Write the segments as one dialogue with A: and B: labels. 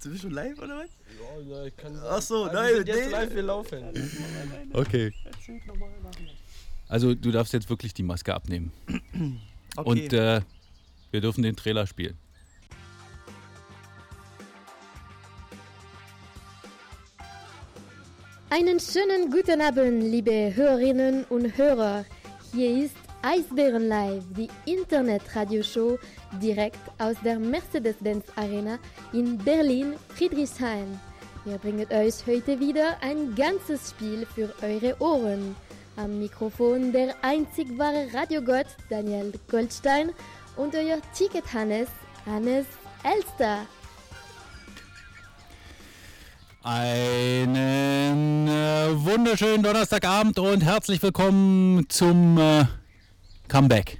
A: Sind wir schon live oder was?
B: Ja, ja, ich kann
A: Ach so,
B: Ah,
A: nein,
B: wir sind jetzt
A: nee.
B: live, wir laufen.
C: Okay. Also du darfst jetzt wirklich die Maske abnehmen.
A: Okay.
C: Und äh, wir dürfen den Trailer spielen.
D: Einen schönen guten Abend, liebe Hörerinnen und Hörer. Hier ist Eisbären Live, die Internet-Radioshow direkt aus der Mercedes-Benz Arena in Berlin-Friedrichshain. Wir bringen euch heute wieder ein ganzes Spiel für eure Ohren. Am Mikrofon der einzig wahre Radiogott Daniel Goldstein und euer Ticket-Hannes, Hannes Elster.
C: Einen äh, wunderschönen Donnerstagabend und herzlich willkommen zum äh, Comeback.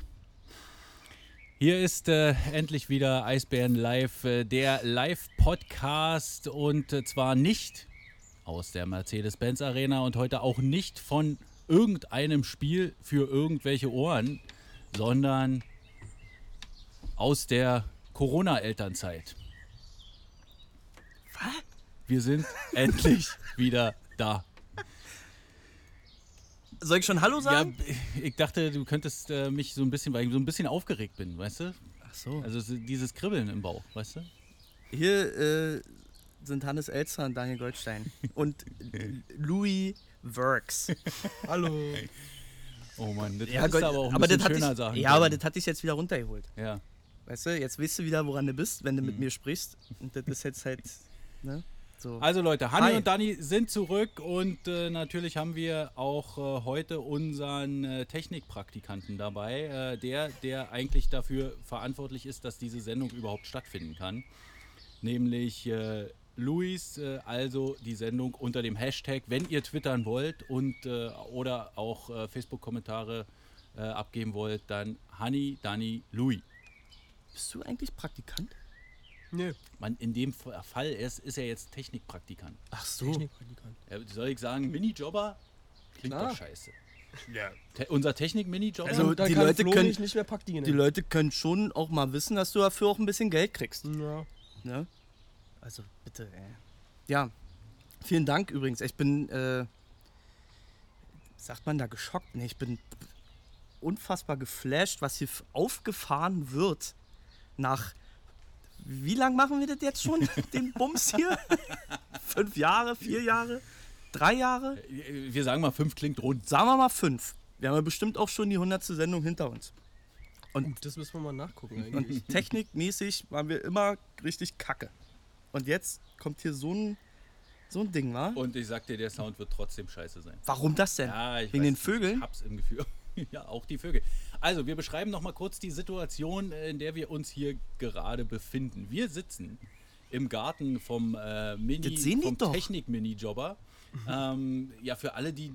C: Hier ist äh, endlich wieder Eisbären Live, äh, der Live-Podcast und äh, zwar nicht aus der Mercedes-Benz Arena und heute auch nicht von irgendeinem Spiel für irgendwelche Ohren, sondern aus der Corona-Elternzeit. Wir sind endlich wieder da.
A: Soll ich schon Hallo
C: Ja,
A: sagen?
C: ich dachte, du könntest äh, mich so ein bisschen, weil ich so ein bisschen aufgeregt bin, weißt du?
A: Ach so.
C: Also so dieses Kribbeln im Bauch, weißt du?
A: Hier äh, sind Hannes Elster und Daniel Goldstein. Und Louis Works.
B: Hallo.
C: Oh Mann, das ja, aber auch ein
A: aber
C: bisschen
A: das hat
C: schöner
A: dich-
C: sagen
A: Ja, aber
C: können.
A: das hatte ich jetzt wieder runtergeholt.
C: Ja.
A: Weißt du, jetzt weißt du wieder, woran du bist, wenn du
C: Mhm.
A: mit mir sprichst. Und das ist jetzt halt, ne? So.
C: Also Leute, Hanni
A: Hi.
C: und Dani sind zurück und äh, natürlich haben wir auch äh, heute unseren äh, Technikpraktikanten dabei, äh, der, der eigentlich dafür verantwortlich ist, dass diese Sendung überhaupt stattfinden kann. Nämlich äh, Luis, äh, also die Sendung unter dem Hashtag, wenn ihr twittern wollt und äh, oder auch äh, Facebook-Kommentare äh, abgeben wollt, dann Hanni, Dani, Louis.
A: Bist du eigentlich Praktikant?
B: Nee.
C: Man, in dem Fall ist, ist er jetzt Technikpraktikant.
A: Ach so.
B: Technik heute kann.
C: Ja, soll ich sagen, Minijobber? Klingt
B: Klar.
C: doch scheiße. Te unser Technik-Minijob?
A: Also,
B: Und dann
A: die
B: kann
A: Leute
B: Flo
A: können-
B: mich nicht mehr Praktik
A: Die
B: nennen.
A: Leute können schon auch mal wissen, dass du dafür auch ein bisschen Geld kriegst.
B: Ja.
A: Ne? Also bitte, ey. Ja, vielen Dank übrigens. Ich bin, äh, sagt man da geschockt? Ne, ich bin unfassbar geflasht, was hier f- aufgefahren wird. Nach, wie lang machen wir das jetzt schon, den Bums hier? fünf Jahre, vier Jahre, drei Jahre?
C: Äh, Wir sagen mal, fünf klingt rund.
A: Sagen wir mal fünf. Wir haben ja bestimmt auch schon die 100. Sendung hinter uns.
B: Uh, Das müssen wir mal nachgucken eigentlich.
A: Und technikmäßig waren wir immer richtig kacke. Und jetzt kommt hier so ein, so ein Ding, wa?
C: Und ich sag dir, der Sound wird trotzdem scheiße sein.
A: Warum das denn?
C: Ja, ich
A: Wegen den
C: weiß nicht, Ich
A: Vögeln?
C: hab's im Gefühl. ja, auch die Vögel. Also, wir beschreiben noch mal kurz die Situation, äh, in der wir uns hier gerade befinden. Wir sitzen im Garten vom, äh, Mini,
A: Das sehen die
C: vom
A: doch.
C: Technik-Minijobber. ähm, ja, für alle, die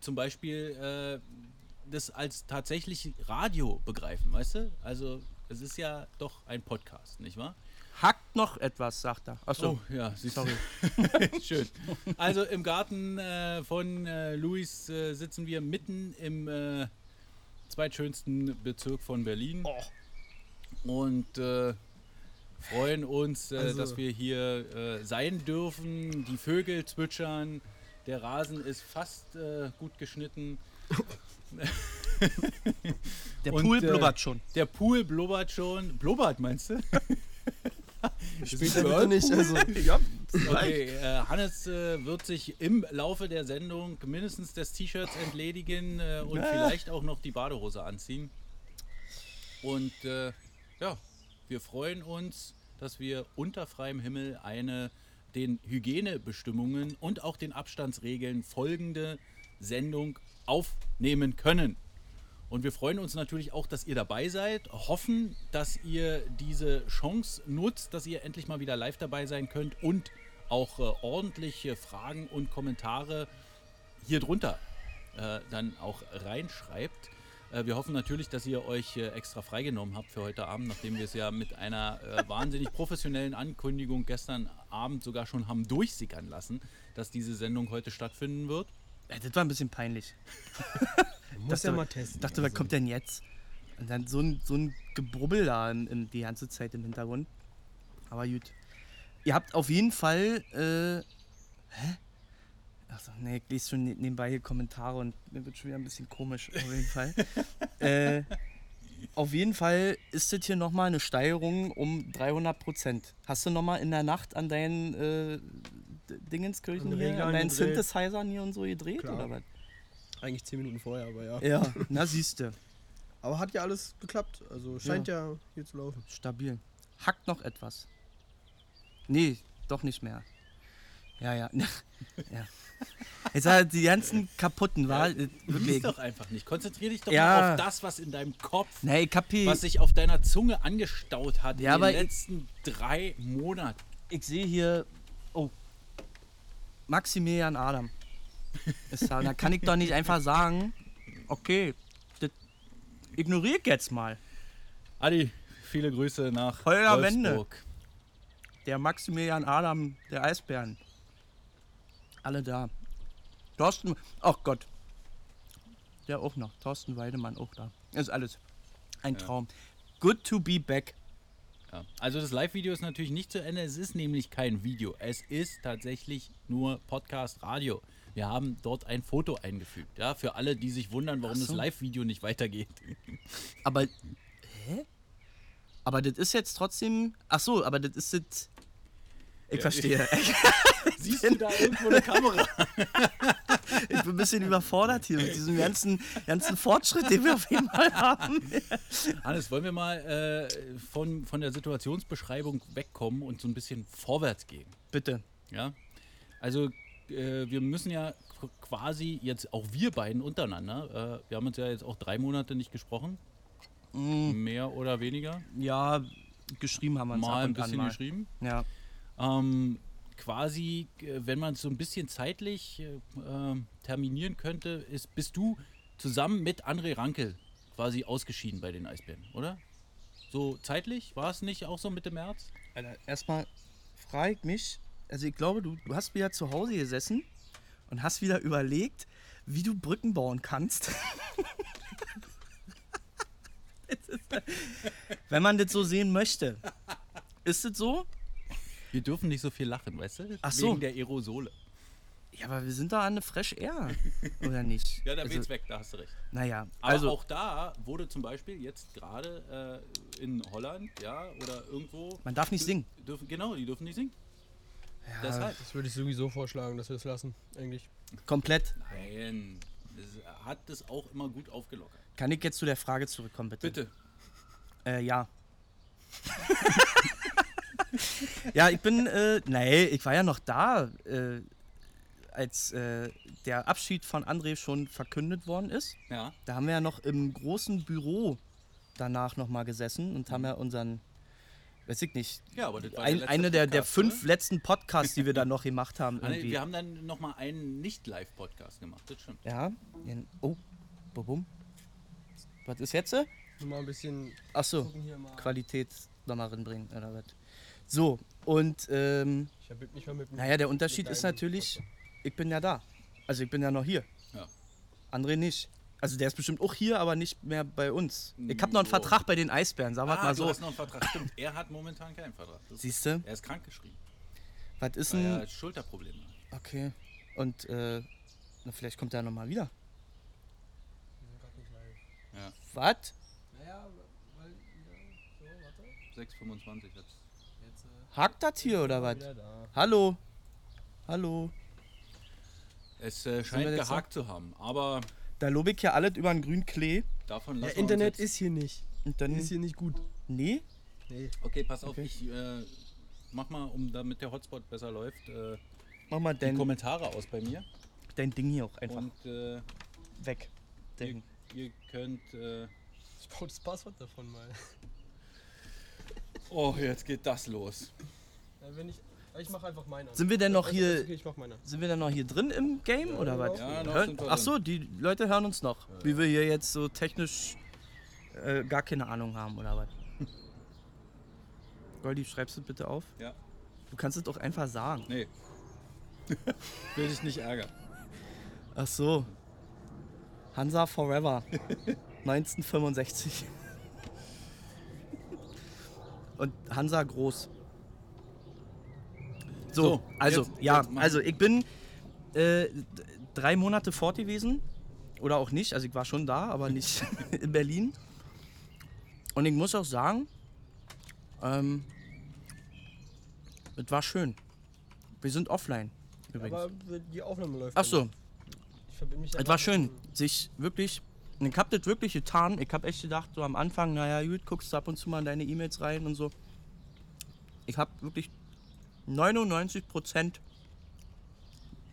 C: zum Beispiel äh, das als tatsächlich Radio begreifen, weißt du? Also, es ist ja doch ein Podcast, nicht wahr?
A: Hackt noch etwas, sagt er. Achso.
C: Oh, ja, siehst
A: Sorry.
C: du. Schön. Also im Garten äh, von äh, Luis äh, sitzen wir mitten im äh, zweitschönsten Bezirk von Berlin und äh, freuen uns, äh,
B: Also-
C: dass wir hier äh, sein dürfen. Die Vögel zwitschern, der Rasen ist fast äh, gut geschnitten.
A: Der
C: Und,
A: Pool
C: äh,
A: blubbert schon.
C: Der Pool blubbert schon. Blubbert, meinst du?
B: Später bitte nicht. Also.
A: ja,
C: Okay, äh, Hannes äh, wird sich im Laufe der Sendung mindestens des T-Shirts entledigen äh, und
A: Ja.
C: vielleicht auch noch die Badehose anziehen. Und äh, ja, wir freuen uns, dass wir unter freiem Himmel eine den Hygienebestimmungen und auch den Abstandsregeln folgende Sendung aufnehmen können. Und wir freuen uns natürlich auch, dass ihr dabei seid, hoffen, dass ihr diese Chance nutzt, dass ihr endlich mal wieder live dabei sein könnt und auch äh, ordentliche Fragen und Kommentare hier drunter äh, dann auch reinschreibt. Äh, wir hoffen natürlich, dass ihr euch äh, extra freigenommen habt für heute Abend, nachdem wir es ja mit einer äh, wahnsinnig professionellen Ankündigung gestern Abend sogar schon haben durchsickern lassen, dass diese Sendung heute stattfinden wird.
A: Ja, das war ein bisschen peinlich.
B: Muss ja mal testen. also.
A: Ich dachte, wer kommt denn jetzt? Und dann so ein, so ein Gebrubbel da im, im, die ganze Zeit im Hintergrund. Aber gut. Ihr habt auf jeden Fall. Äh, hä? Achso, nee, ich lese schon ne- nebenbei hier Kommentare und mir wird schon wieder ein bisschen komisch, auf jeden Fall. äh, auf jeden Fall ist das hier nochmal eine Steigerung um 300 Prozent. Hast du nochmal in der Nacht an deinen äh, D- Dingenskirchen
B: An den
A: hier, an
B: Reglern
A: deinen
B: gedreht.
A: Synthesizern hier und so gedreht
B: Klar.
A: oder was?
B: Eigentlich zehn Minuten vorher, aber ja.
A: Ja, na siehst du.
B: Aber hat ja alles geklappt. Also scheint ja, hier zu laufen.
A: Stabil. Hackt noch etwas. Nee, doch nicht mehr. Ja, ja. ja. Jetzt hat die ganzen kaputten war äh,
C: Lies
A: wirklich.
C: doch einfach nicht. Konzentrier dich doch
A: Ja.
C: mal auf das, was in deinem Kopf,
A: Nee, ich hab hier,
C: was sich auf deiner Zunge angestaut hat
A: Ja,
C: in
A: aber
C: den
A: ich-
C: letzten drei Monaten.
A: ich sehe hier, oh, Maximilian Adam. Ist da, da kann ich doch nicht einfach sagen, okay, das ignoriere ich jetzt mal.
C: Adi, viele Grüße nach
A: Holger Wende.
C: Wolfsburg.
A: Der Maximilian Adam, der Eisbären. Alle da. Thorsten, ach Gott. Der auch noch. Thorsten Weidemann auch da. Ist alles. Ein Traum. Good to be back.
C: Ja. Also das Live-Video ist natürlich nicht zu Ende. Es ist nämlich kein Video. Es ist tatsächlich nur Podcast-Radio. Wir haben dort ein Foto eingefügt. Ja, für alle, die sich wundern, warum
A: Ach so.
C: das Live-Video nicht weitergeht.
A: Aber. Hä? Aber das ist jetzt trotzdem. Ach so, aber das ist jetzt. Ich verstehe. Ich
C: Siehst du da irgendwo eine Kamera?
A: bin ein bisschen überfordert hier mit diesem ganzen, ganzen Fortschritt, den wir auf einmal haben.
C: Hannes, wollen wir mal äh, von, von der Situationsbeschreibung wegkommen und so ein bisschen vorwärts gehen?
A: Bitte.
C: Ja. Also äh, wir müssen ja qu- quasi jetzt auch wir beiden untereinander. Äh, wir haben uns ja jetzt auch drei Monate nicht gesprochen,
A: Mhm.
C: mehr oder weniger.
A: Ja, geschrieben haben wir uns ab
C: Mal ein
A: und an
C: bisschen
A: mal.
C: geschrieben.
A: Ja.
C: Ähm, quasi, äh, wenn man es so ein bisschen zeitlich äh, ähm, terminieren könnte, ist, bist du zusammen mit André Rankel quasi ausgeschieden bei den Eisbären, oder? So zeitlich war es nicht auch so Mitte März?
A: Alter, erstmal frage ich mich, also ich glaube, du, du hast wieder zu Hause gesessen und hast wieder überlegt, wie du Brücken bauen kannst. Es ist- Wenn man das so sehen möchte. Ist das so?
C: Wir dürfen nicht so viel lachen, weißt du?
A: Ach so.
C: Wegen der Aerosole.
A: Ja, aber wir sind da an eine Fresh Air. Oder nicht?
C: Ja, da
A: also,
C: geht's weg, da hast du recht.
A: Naja,
C: Aber
A: also.
C: auch da wurde zum Beispiel jetzt gerade äh, in Holland, ja, oder irgendwo.
A: Man darf nicht singen.
C: Dürfen, genau, die dürfen nicht singen. Deshalb.
B: Das würde ich sowieso vorschlagen, dass wir es lassen, eigentlich.
A: komplett.
C: Nein. Das hat das auch immer gut aufgelockert.
A: Kann ich jetzt zu der Frage zurückkommen, bitte?
C: Bitte.
A: Äh, ja. ja, ich bin, äh, nee, ich war ja noch da, äh, als äh, der Abschied von André schon verkündet worden ist.
C: Ja.
A: Da haben wir ja noch im großen Büro danach nochmal gesessen und haben ja unseren, weiß ich nicht,
C: Ja, aber das Mhm. war
A: ein,
C: der letzte
A: eine der, der
C: Podcast,
A: fünf
C: oder?
A: letzten Podcasts, die wir dann noch gemacht haben.
C: Ah, nee,
A: Irgendwie.
C: wir haben dann nochmal einen Nicht-Live-Podcast gemacht, das stimmt.
A: ja, in- oh, bubum. Was ist jetzt?
B: Nur mal ein bisschen
A: Ach so,
B: gucken hier mal.
A: Qualität nochmal reinbringen oder was. So, und, ähm,
B: Ich hab nicht mal mit dem-
A: Naja, der Unterschied
B: mit
A: ist
B: deinem
A: natürlich,
B: Podcast.
A: ich bin ja da. Also ich bin ja noch hier.
C: Ja.
A: André nicht. Also der ist bestimmt auch hier, aber nicht mehr bei uns. Ich habe noch einen
C: Hm, Jo.
A: Vertrag bei den Eisbären, sagen wir
C: ah,
A: mal
C: du
A: so.
C: hast noch einen Vertrag. Stimmt, er hat momentan keinen Vertrag. Das-
A: Siehst du?
C: Er ist krankgeschrieben,
A: Was ist
C: weil
A: denn.
C: er Schulterprobleme hat.
A: Okay. Und äh, na, vielleicht kommt er nochmal wieder.
B: Wir sind grad nicht live.
A: Was?
B: Naja, weil. Ja, so, warte.
C: 6,25 jetzt.
B: Jetzt. Äh,
A: Hakt das hier oder was?
B: wieder da.
A: Hallo? Hallo?
C: Es äh,
A: wir
C: scheint
A: jetzt
C: gehakt zu haben, aber
A: Da lobe ich ja alles über einen grünen Klee.
C: davon lassen
B: Ja,
C: wir uns
B: Internet
C: jetzt-
B: ist hier nicht.
A: Und dann.
B: Ist hier nicht gut.
A: Nee?
B: Nee.
C: Okay, pass auf,
A: Okay.
C: ich äh, mach mal, um damit der Hotspot besser läuft, äh,
A: Mach mal
C: die
A: dein,
C: Kommentare aus bei mir.
A: dein Ding hier auch einfach
C: Und äh,
A: weg.
C: ihr,
A: Denken.
C: ihr könnt. Äh,
B: Ich brauche das Passwort davon mal.
C: oh, jetzt geht das los.
B: Ja, wenn ich. Ich mach einfach meinen. an.
A: Sind wir denn noch
B: Ist-
A: hier-
B: ist Okay, ich mach meine.
A: Sind wir dann noch hier drin im Game oder was?
C: Ja, noch
A: Hören?
C: sind wir
A: Ach so, die Leute hören uns noch. Wie wir hier jetzt so technisch äh, gar keine Ahnung haben oder was. Goldi, schreibst du bitte auf?
C: Ja.
A: Du kannst es doch einfach sagen.
C: Nee. Will dich nicht ärgern.
A: Ach so. Hansa Forever. 1965. Und Hansa groß. So,
C: So,
A: also,
C: jetzt-
A: ja,
C: jetzt machen.
A: also ich bin äh, d- drei Monate fort gewesen. Oder auch nicht. Also ich war schon da, aber nicht in Berlin. Und ich muss auch sagen, ähm, es war schön. Wir sind offline übrigens.
B: Aber die Aufnahme läuft.
A: Ach so,
B: Ich verbinde mich
A: es war schön, sich wirklich. Und ich hab das wirklich getan. Ich hab echt gedacht, so am Anfang, naja, gut, guckst du ab und zu mal in deine E-Mails rein und so. Ich hab wirklich 99%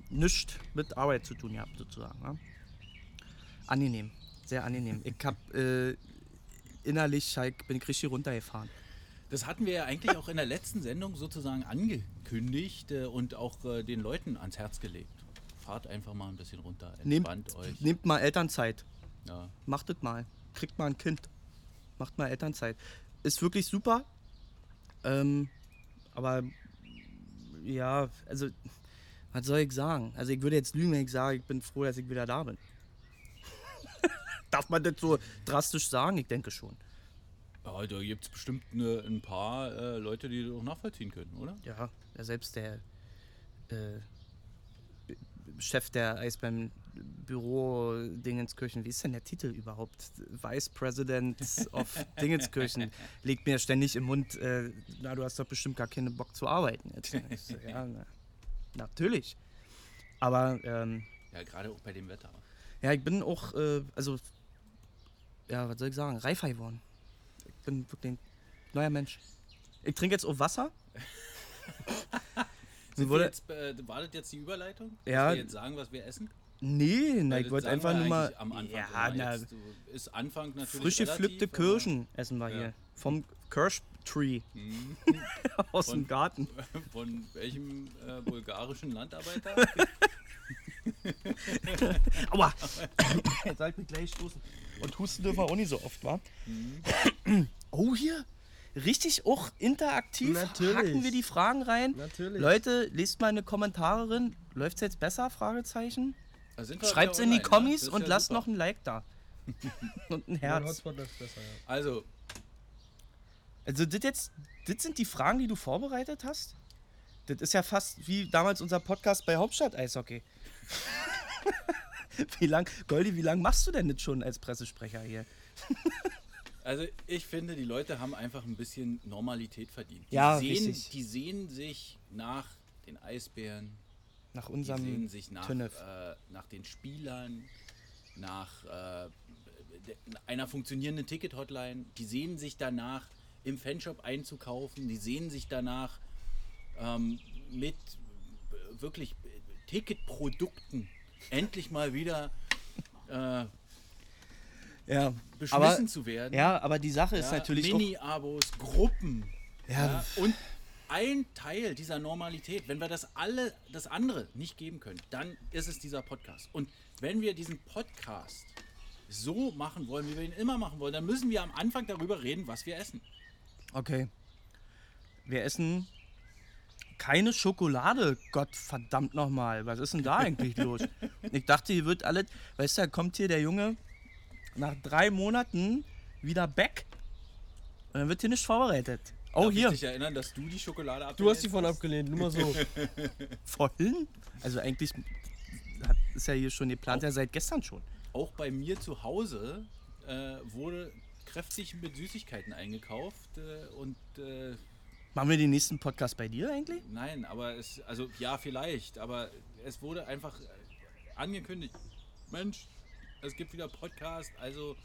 A: nichts mit Arbeit zu tun gehabt, sozusagen. Ne? Angenehm, sehr angenehm. Ich hab äh, innerlich, halt, bin ich richtig runtergefahren.
C: Das hatten wir ja eigentlich auch in der letzten Sendung sozusagen angekündigt äh, und auch äh, den Leuten ans Herz gelegt. Fahrt einfach mal ein bisschen runter,
A: Nehmt,
C: entspannt euch.
A: nehmt mal Elternzeit.
C: Ja.
A: macht das mal. Kriegt mal ein Kind. Macht mal Elternzeit. Ist wirklich super. Ähm, aber ja, also, was soll ich sagen? Also, ich würde jetzt lügen, wenn ich sage, ich bin froh, dass ich wieder da bin. Darf man das so drastisch sagen? Ich denke schon.
C: Ja, da gibt es bestimmt ne, ein paar äh, Leute, die das auch nachvollziehen können, oder?
A: Ja, ja, selbst der äh, B- Chef der Eisbären Büro Dingenskirchen, wie ist denn der Titel überhaupt? Vice President of Dingenskirchen legt mir ständig im Mund, äh, na, du hast doch bestimmt gar keinen Bock zu arbeiten. Jetzt. ne? Ich so, ja, na, natürlich. Aber ähm,
C: Ja, gerade auch bei dem Wetter.
A: ja, ich bin auch, äh, also, ja, was soll ich sagen, reifer geworden. Ich bin wirklich ein neuer Mensch. Ich trinke jetzt auch Wasser. Mir
C: Sind
A: wurde-
C: wir jetzt, äh, war das jetzt die Überleitung?
A: Ja.
C: Dass wir jetzt sagen, was wir essen?
A: Nee, na,
C: Weil
A: ich
C: das
A: wollte
C: sagen
A: einfach
C: wir
A: nur mal.
C: eigentlich Am Anfang
A: ja,
C: immer.
A: na,
C: Jetzt, du- ist Anfang natürlich
A: frisch gepflückte
C: relativ, äh, aber-
A: Kirschen essen wir
C: Ja.
A: hier. Vom Kirschtree
C: Mhm.
A: aus
C: Von-
A: dem Garten.
C: Von welchem äh, bulgarischen Landarbeiter?
A: Aua! Jetzt soll ich mich gleich stoßen. Und husten dürfen wir auch nicht so oft, wa?
C: Mhm.
A: Oh, hier! Richtig auch interaktiv
B: Natürlich.
A: hacken wir die Fragen rein.
B: Natürlich.
A: Leute, lest mal eine Kommentare rein. Läuft's jetzt besser? Fragezeichen.
C: Da sind wir
A: Schreibt's
C: wieder
A: in die
C: online, ne?
A: Kommis
C: Das ist
A: und
C: ja
A: lasst
C: super.
A: noch ein Like da. und ein
B: Mein
A: Herz.
B: Hotspot läuft besser, ja.
C: Also,
A: Also das jetzt, das sind die Fragen, die du vorbereitet hast? Das ist ja fast wie damals unser Podcast bei Hauptstadt Eishockey. wie lang, Goldi, wie lange machst du denn das schon als Pressesprecher hier?
C: also ich finde, die Leute haben einfach ein bisschen Normalität verdient. Die
A: Ja,
C: sehen,
A: richtig.
C: die sehen sich nach den Eisbären,
A: Nach
C: die sehen
A: unserem
C: sich nach,
A: Tönef.
C: äh, nach den Spielern, nach äh, de- einer funktionierenden Ticket-Hotline, die sehen sich danach im Fanshop einzukaufen, die sehen sich danach ähm, mit äh, wirklich äh, Ticketprodukten endlich mal wieder äh,
A: ja,
C: beschmissen
A: aber,
C: zu werden.
A: ja, aber die Sache ist
C: Ja,
A: natürlich
C: Mini-Abos, Gruppen.
A: auch, ja,
C: Ja, und ein Teil dieser Normalität, wenn wir das alle, das andere nicht geben können, dann ist es dieser Podcast. Und wenn wir diesen Podcast so machen wollen, wie wir ihn immer machen wollen, dann müssen wir am Anfang darüber reden, was wir essen.
A: okay. Wir essen keine Schokolade, Gott verdammt nochmal. Was ist denn da eigentlich los? Ich dachte, hier wird alles, weißt du, da kommt hier der Junge nach drei Monaten wieder back und dann wird hier nicht vorbereitet. Oh,
C: Darf
A: hier,
C: Ich dich erinnern, dass du die Schokolade
B: Du hast die
C: von
B: vorhin abgelehnt, nur mal so.
A: vollen? Also eigentlich hat, ist ja hier schon geplant, ja seit gestern schon.
C: Auch bei mir zu Hause äh, wurde kräftig mit Süßigkeiten eingekauft äh, und äh,
A: Machen wir den nächsten Podcast bei dir eigentlich?
C: Nein, aber es, also ja, vielleicht, aber es wurde einfach äh, angekündigt. Mensch, es gibt wieder Podcast, also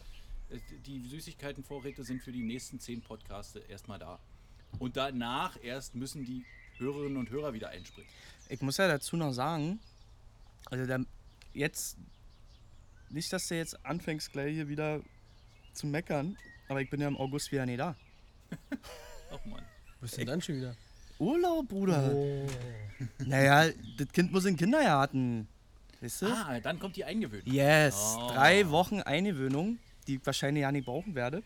C: äh, die Süßigkeitenvorräte sind für die nächsten zehn Podcaste erstmal da. Und danach erst müssen die Hörerinnen und Hörer wieder einspringen.
A: Ich muss ja dazu noch sagen, also der, jetzt, nicht, dass du jetzt anfängst gleich hier wieder zu meckern, aber ich bin ja im August wieder nicht da.
C: Ach man.
B: Was ist denn dann schon wieder?
A: Urlaub, Bruder.
B: Oh.
A: Naja, das Kind muss in den Kindergarten. Weißt du?
C: Ah, dann kommt die Eingewöhnung.
A: Yes,
C: Oh.
A: drei Wochen Eingewöhnung, die ich wahrscheinlich ja nicht brauchen werde,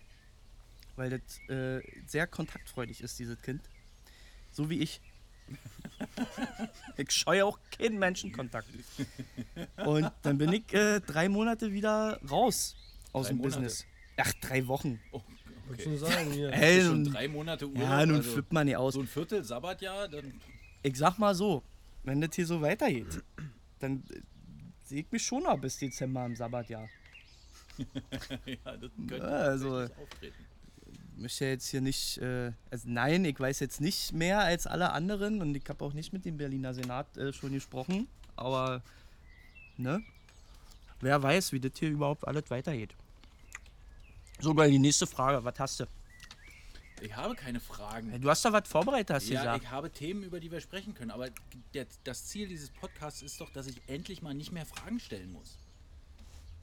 A: weil das äh, sehr kontaktfreudig ist, dieses Kind. So wie ich. ich scheue auch keinen Menschenkontakt. Und dann bin ich äh, drei Monate wieder raus aus
C: Drei
A: dem
C: Monate.
A: Business. Ach, drei Wochen.
C: Oh,
B: Kannst
C: okay.
B: du nur sagen, hier.
A: Hey,
C: Schon
A: nun-
C: drei Monate Urlaub.
A: ja, nun
C: also
A: flippt man nicht aus.
C: so ein Viertel Sabbatjahr, dann
A: ich sag mal so, wenn das hier so weitergeht, dann äh, sehe ich mich schon noch bis Dezember im Sabbatjahr.
C: ja, das könnte
A: Also-
C: tatsächlich auftreten.
A: Ich möchte jetzt hier nicht, äh, also nein, ich weiß jetzt nicht mehr als alle anderen und ich habe auch nicht mit dem Berliner Senat äh, schon gesprochen, aber ne, wer weiß, wie das hier überhaupt alles weitergeht. Sogar die nächste Frage, was hast du?
C: Ich habe keine Fragen.
A: Du hast da was vorbereitet, hast du
C: Ja,
A: gesagt.
C: ich habe Themen, über die wir sprechen können. Aber der, das Ziel dieses Podcasts ist doch, dass ich endlich mal nicht mehr Fragen stellen muss.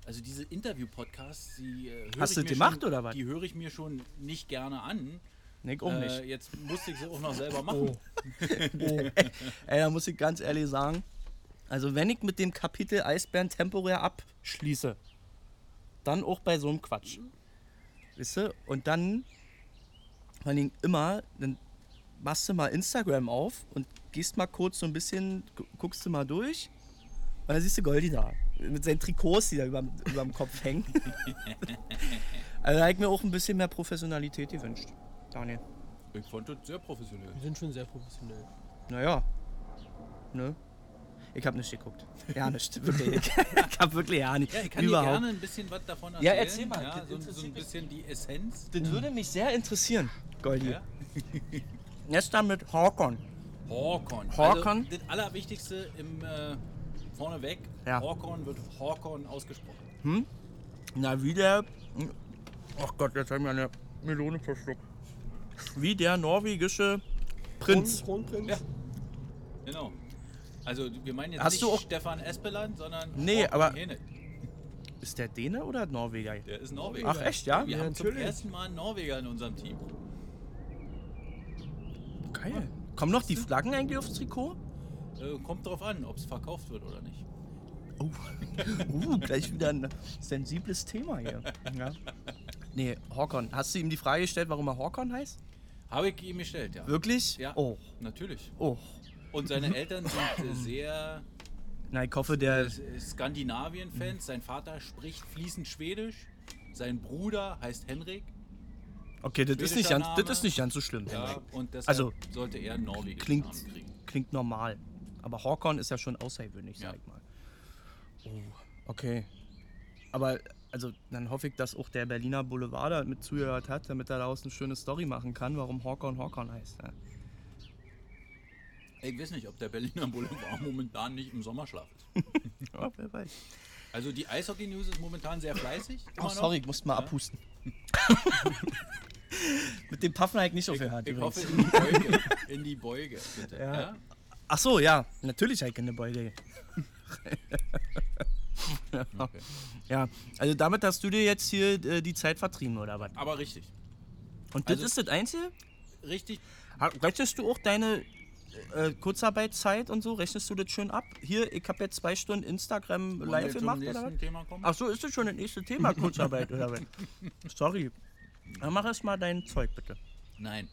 C: Also diese Interview-Podcasts, die äh, höre
A: Hast
C: ich
A: du
C: mir
A: gemacht,
C: schon,
A: oder was?
C: Die höre ich mir schon nicht gerne an.
A: Nee, ich auch
C: äh,
A: nicht.
C: Jetzt musste ich sie auch noch selber
B: Oh,
C: machen.
A: Ey, da muss ich ganz ehrlich sagen, also wenn ich mit dem Kapitel Eisbären temporär abschließe, dann auch bei so einem Quatsch. Weißt du? Und dann, vor allen Dingen immer, dann machst du mal Instagram auf und gehst mal kurz so ein bisschen, gu- guckst du mal durch und dann siehst du Goldi da. Mit seinen Trikots, die da überm, überm Kopf hängen. also da hätte ich mir auch ein bisschen mehr Professionalität gewünscht. Daniel.
C: Ich fand das sehr professionell.
B: Wir sind schon sehr professionell.
A: Naja. Ne? Ich hab nicht geguckt. Ja, nicht. Wirklich. Ich hab wirklich ja nicht.
C: Ja, ich kann dir
A: Überhaupt.
C: gerne ein bisschen was davon erzählen.
A: Ja, erzähl mal.
C: Ja,
A: Das
C: so, so
A: interessiert
C: ein
A: mich.
C: bisschen die Essenz.
A: Das würde mich sehr interessieren, Goldi.
C: Ja?
A: Gestern mit Hawkon.
C: Horkon.
A: Horkon?
C: Also, das Allerwichtigste im äh, vorneweg,
A: Ja.
C: Horkon wird Horkon ausgesprochen.
A: Na, wie der. Ach Gott, jetzt haben wir eine Melone verschluckt. Wie der norwegische Prinz.
B: Kron- Kronprinz?
C: Ja. Genau. Also wir meinen jetzt
A: Hast
C: nicht
A: du auch-
C: Stefan Espeland, sondern
A: Nee,
C: Håkon
A: aber-
C: Hene.
A: Ist der Däne oder Norweger?
C: Der ist Norweger.
A: Ach, echt, ja?
C: Wir
B: Ja,
C: haben zum
B: natürlich.
C: ersten Mal einen Norweger in unserem Team.
A: Geil. Kommen noch die Flaggen eigentlich aufs Trikot?
C: Äh, kommt drauf an, ob es verkauft wird oder nicht.
A: Oh, uh, gleich wieder ein sensibles Thema hier. Ja. Nee, Hawkon. Hast du ihm die Frage gestellt, warum er Hawkon heißt?
C: Habe ich ihm gestellt, ja.
A: Wirklich?
C: Ja,
A: Oh.
C: natürlich.
A: Oh.
C: Und seine Eltern sind äh, sehr
A: Na, ich hoffe, der.
C: äh, Skandinavien-Fans. Sein Vater spricht fließend Schwedisch. Sein Bruder heißt Henrik.
A: Okay, das ist nicht
C: schwedischer
A: ganz, das
C: Name.
A: ist nicht ganz so schlimm.
C: Ja,
A: Henrik.
C: und deshalb
A: Also,
C: sollte er einen norwegischen
A: klingt-
C: Namen kriegen.
A: Klingt normal. Aber Hawkon ist ja schon außergewöhnlich, sag
C: Ja.
A: ich mal. Oh, okay. Aber, also, dann hoffe ich, dass auch der Berliner Boulevard da mit zugehört hat, damit er daraus eine schöne Story machen kann, warum Hawkon Hawkon heißt. Ja.
C: Ich weiß nicht, ob der Berliner Boulevard momentan nicht im Sommerschlaf ist.
A: Ja, wer weiß.
C: Also die Eishockey-News ist momentan sehr fleißig. immer
A: Oh,
C: noch.
A: sorry, ich musste mal abhusten. Mit dem Paffenhike nicht aufgehört
C: Ich
A: übrigens.
C: hoffe in die Beuge. In die Beuge, bitte.
A: Ja.
C: Ja.
A: Ach so, ja, natürlich Heike eine Beule.
C: Okay.
A: Ja, also damit hast du dir jetzt hier äh, die Zeit vertrieben, oder was?
C: Aber richtig.
A: Und das
C: Also-
A: ist das Einzige?
C: Richtig.
A: Ha- Rechnest du auch deine äh, Kurzarbeitszeit und so? Rechnest du das schön ab? Hier, ich habe jetzt zwei Stunden Instagram
C: Wollen wir
A: live
C: zum
A: gemacht,
C: nächsten
A: oder was?
C: Thema kommen?
A: Ach so, ist das schon das nächste Thema, Kurzarbeit, oder was? Sorry. Dann mach erst mal dein Zeug, bitte.
C: Nein.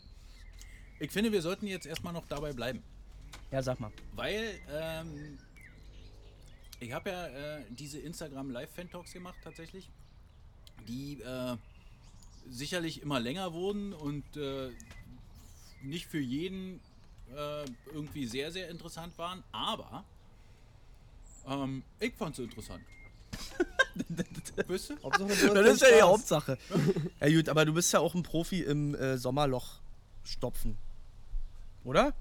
C: Ich finde, wir sollten jetzt erstmal noch dabei bleiben.
A: Ja, sag mal.
C: Weil ähm, ich habe ja äh, diese Instagram Live Fan Talks gemacht tatsächlich, die äh, sicherlich immer länger wurden und äh, nicht für jeden äh, irgendwie sehr sehr interessant waren, aber ähm, ich fand sie interessant. Wisst ihr?
B: Hauptsache, du hast
A: Das
B: deinen
A: ist ja die
B: Spaß.
A: Hauptsache. Ja gut, aber du bist ja auch ein Profi im äh, Sommerloch stopfen. Oder?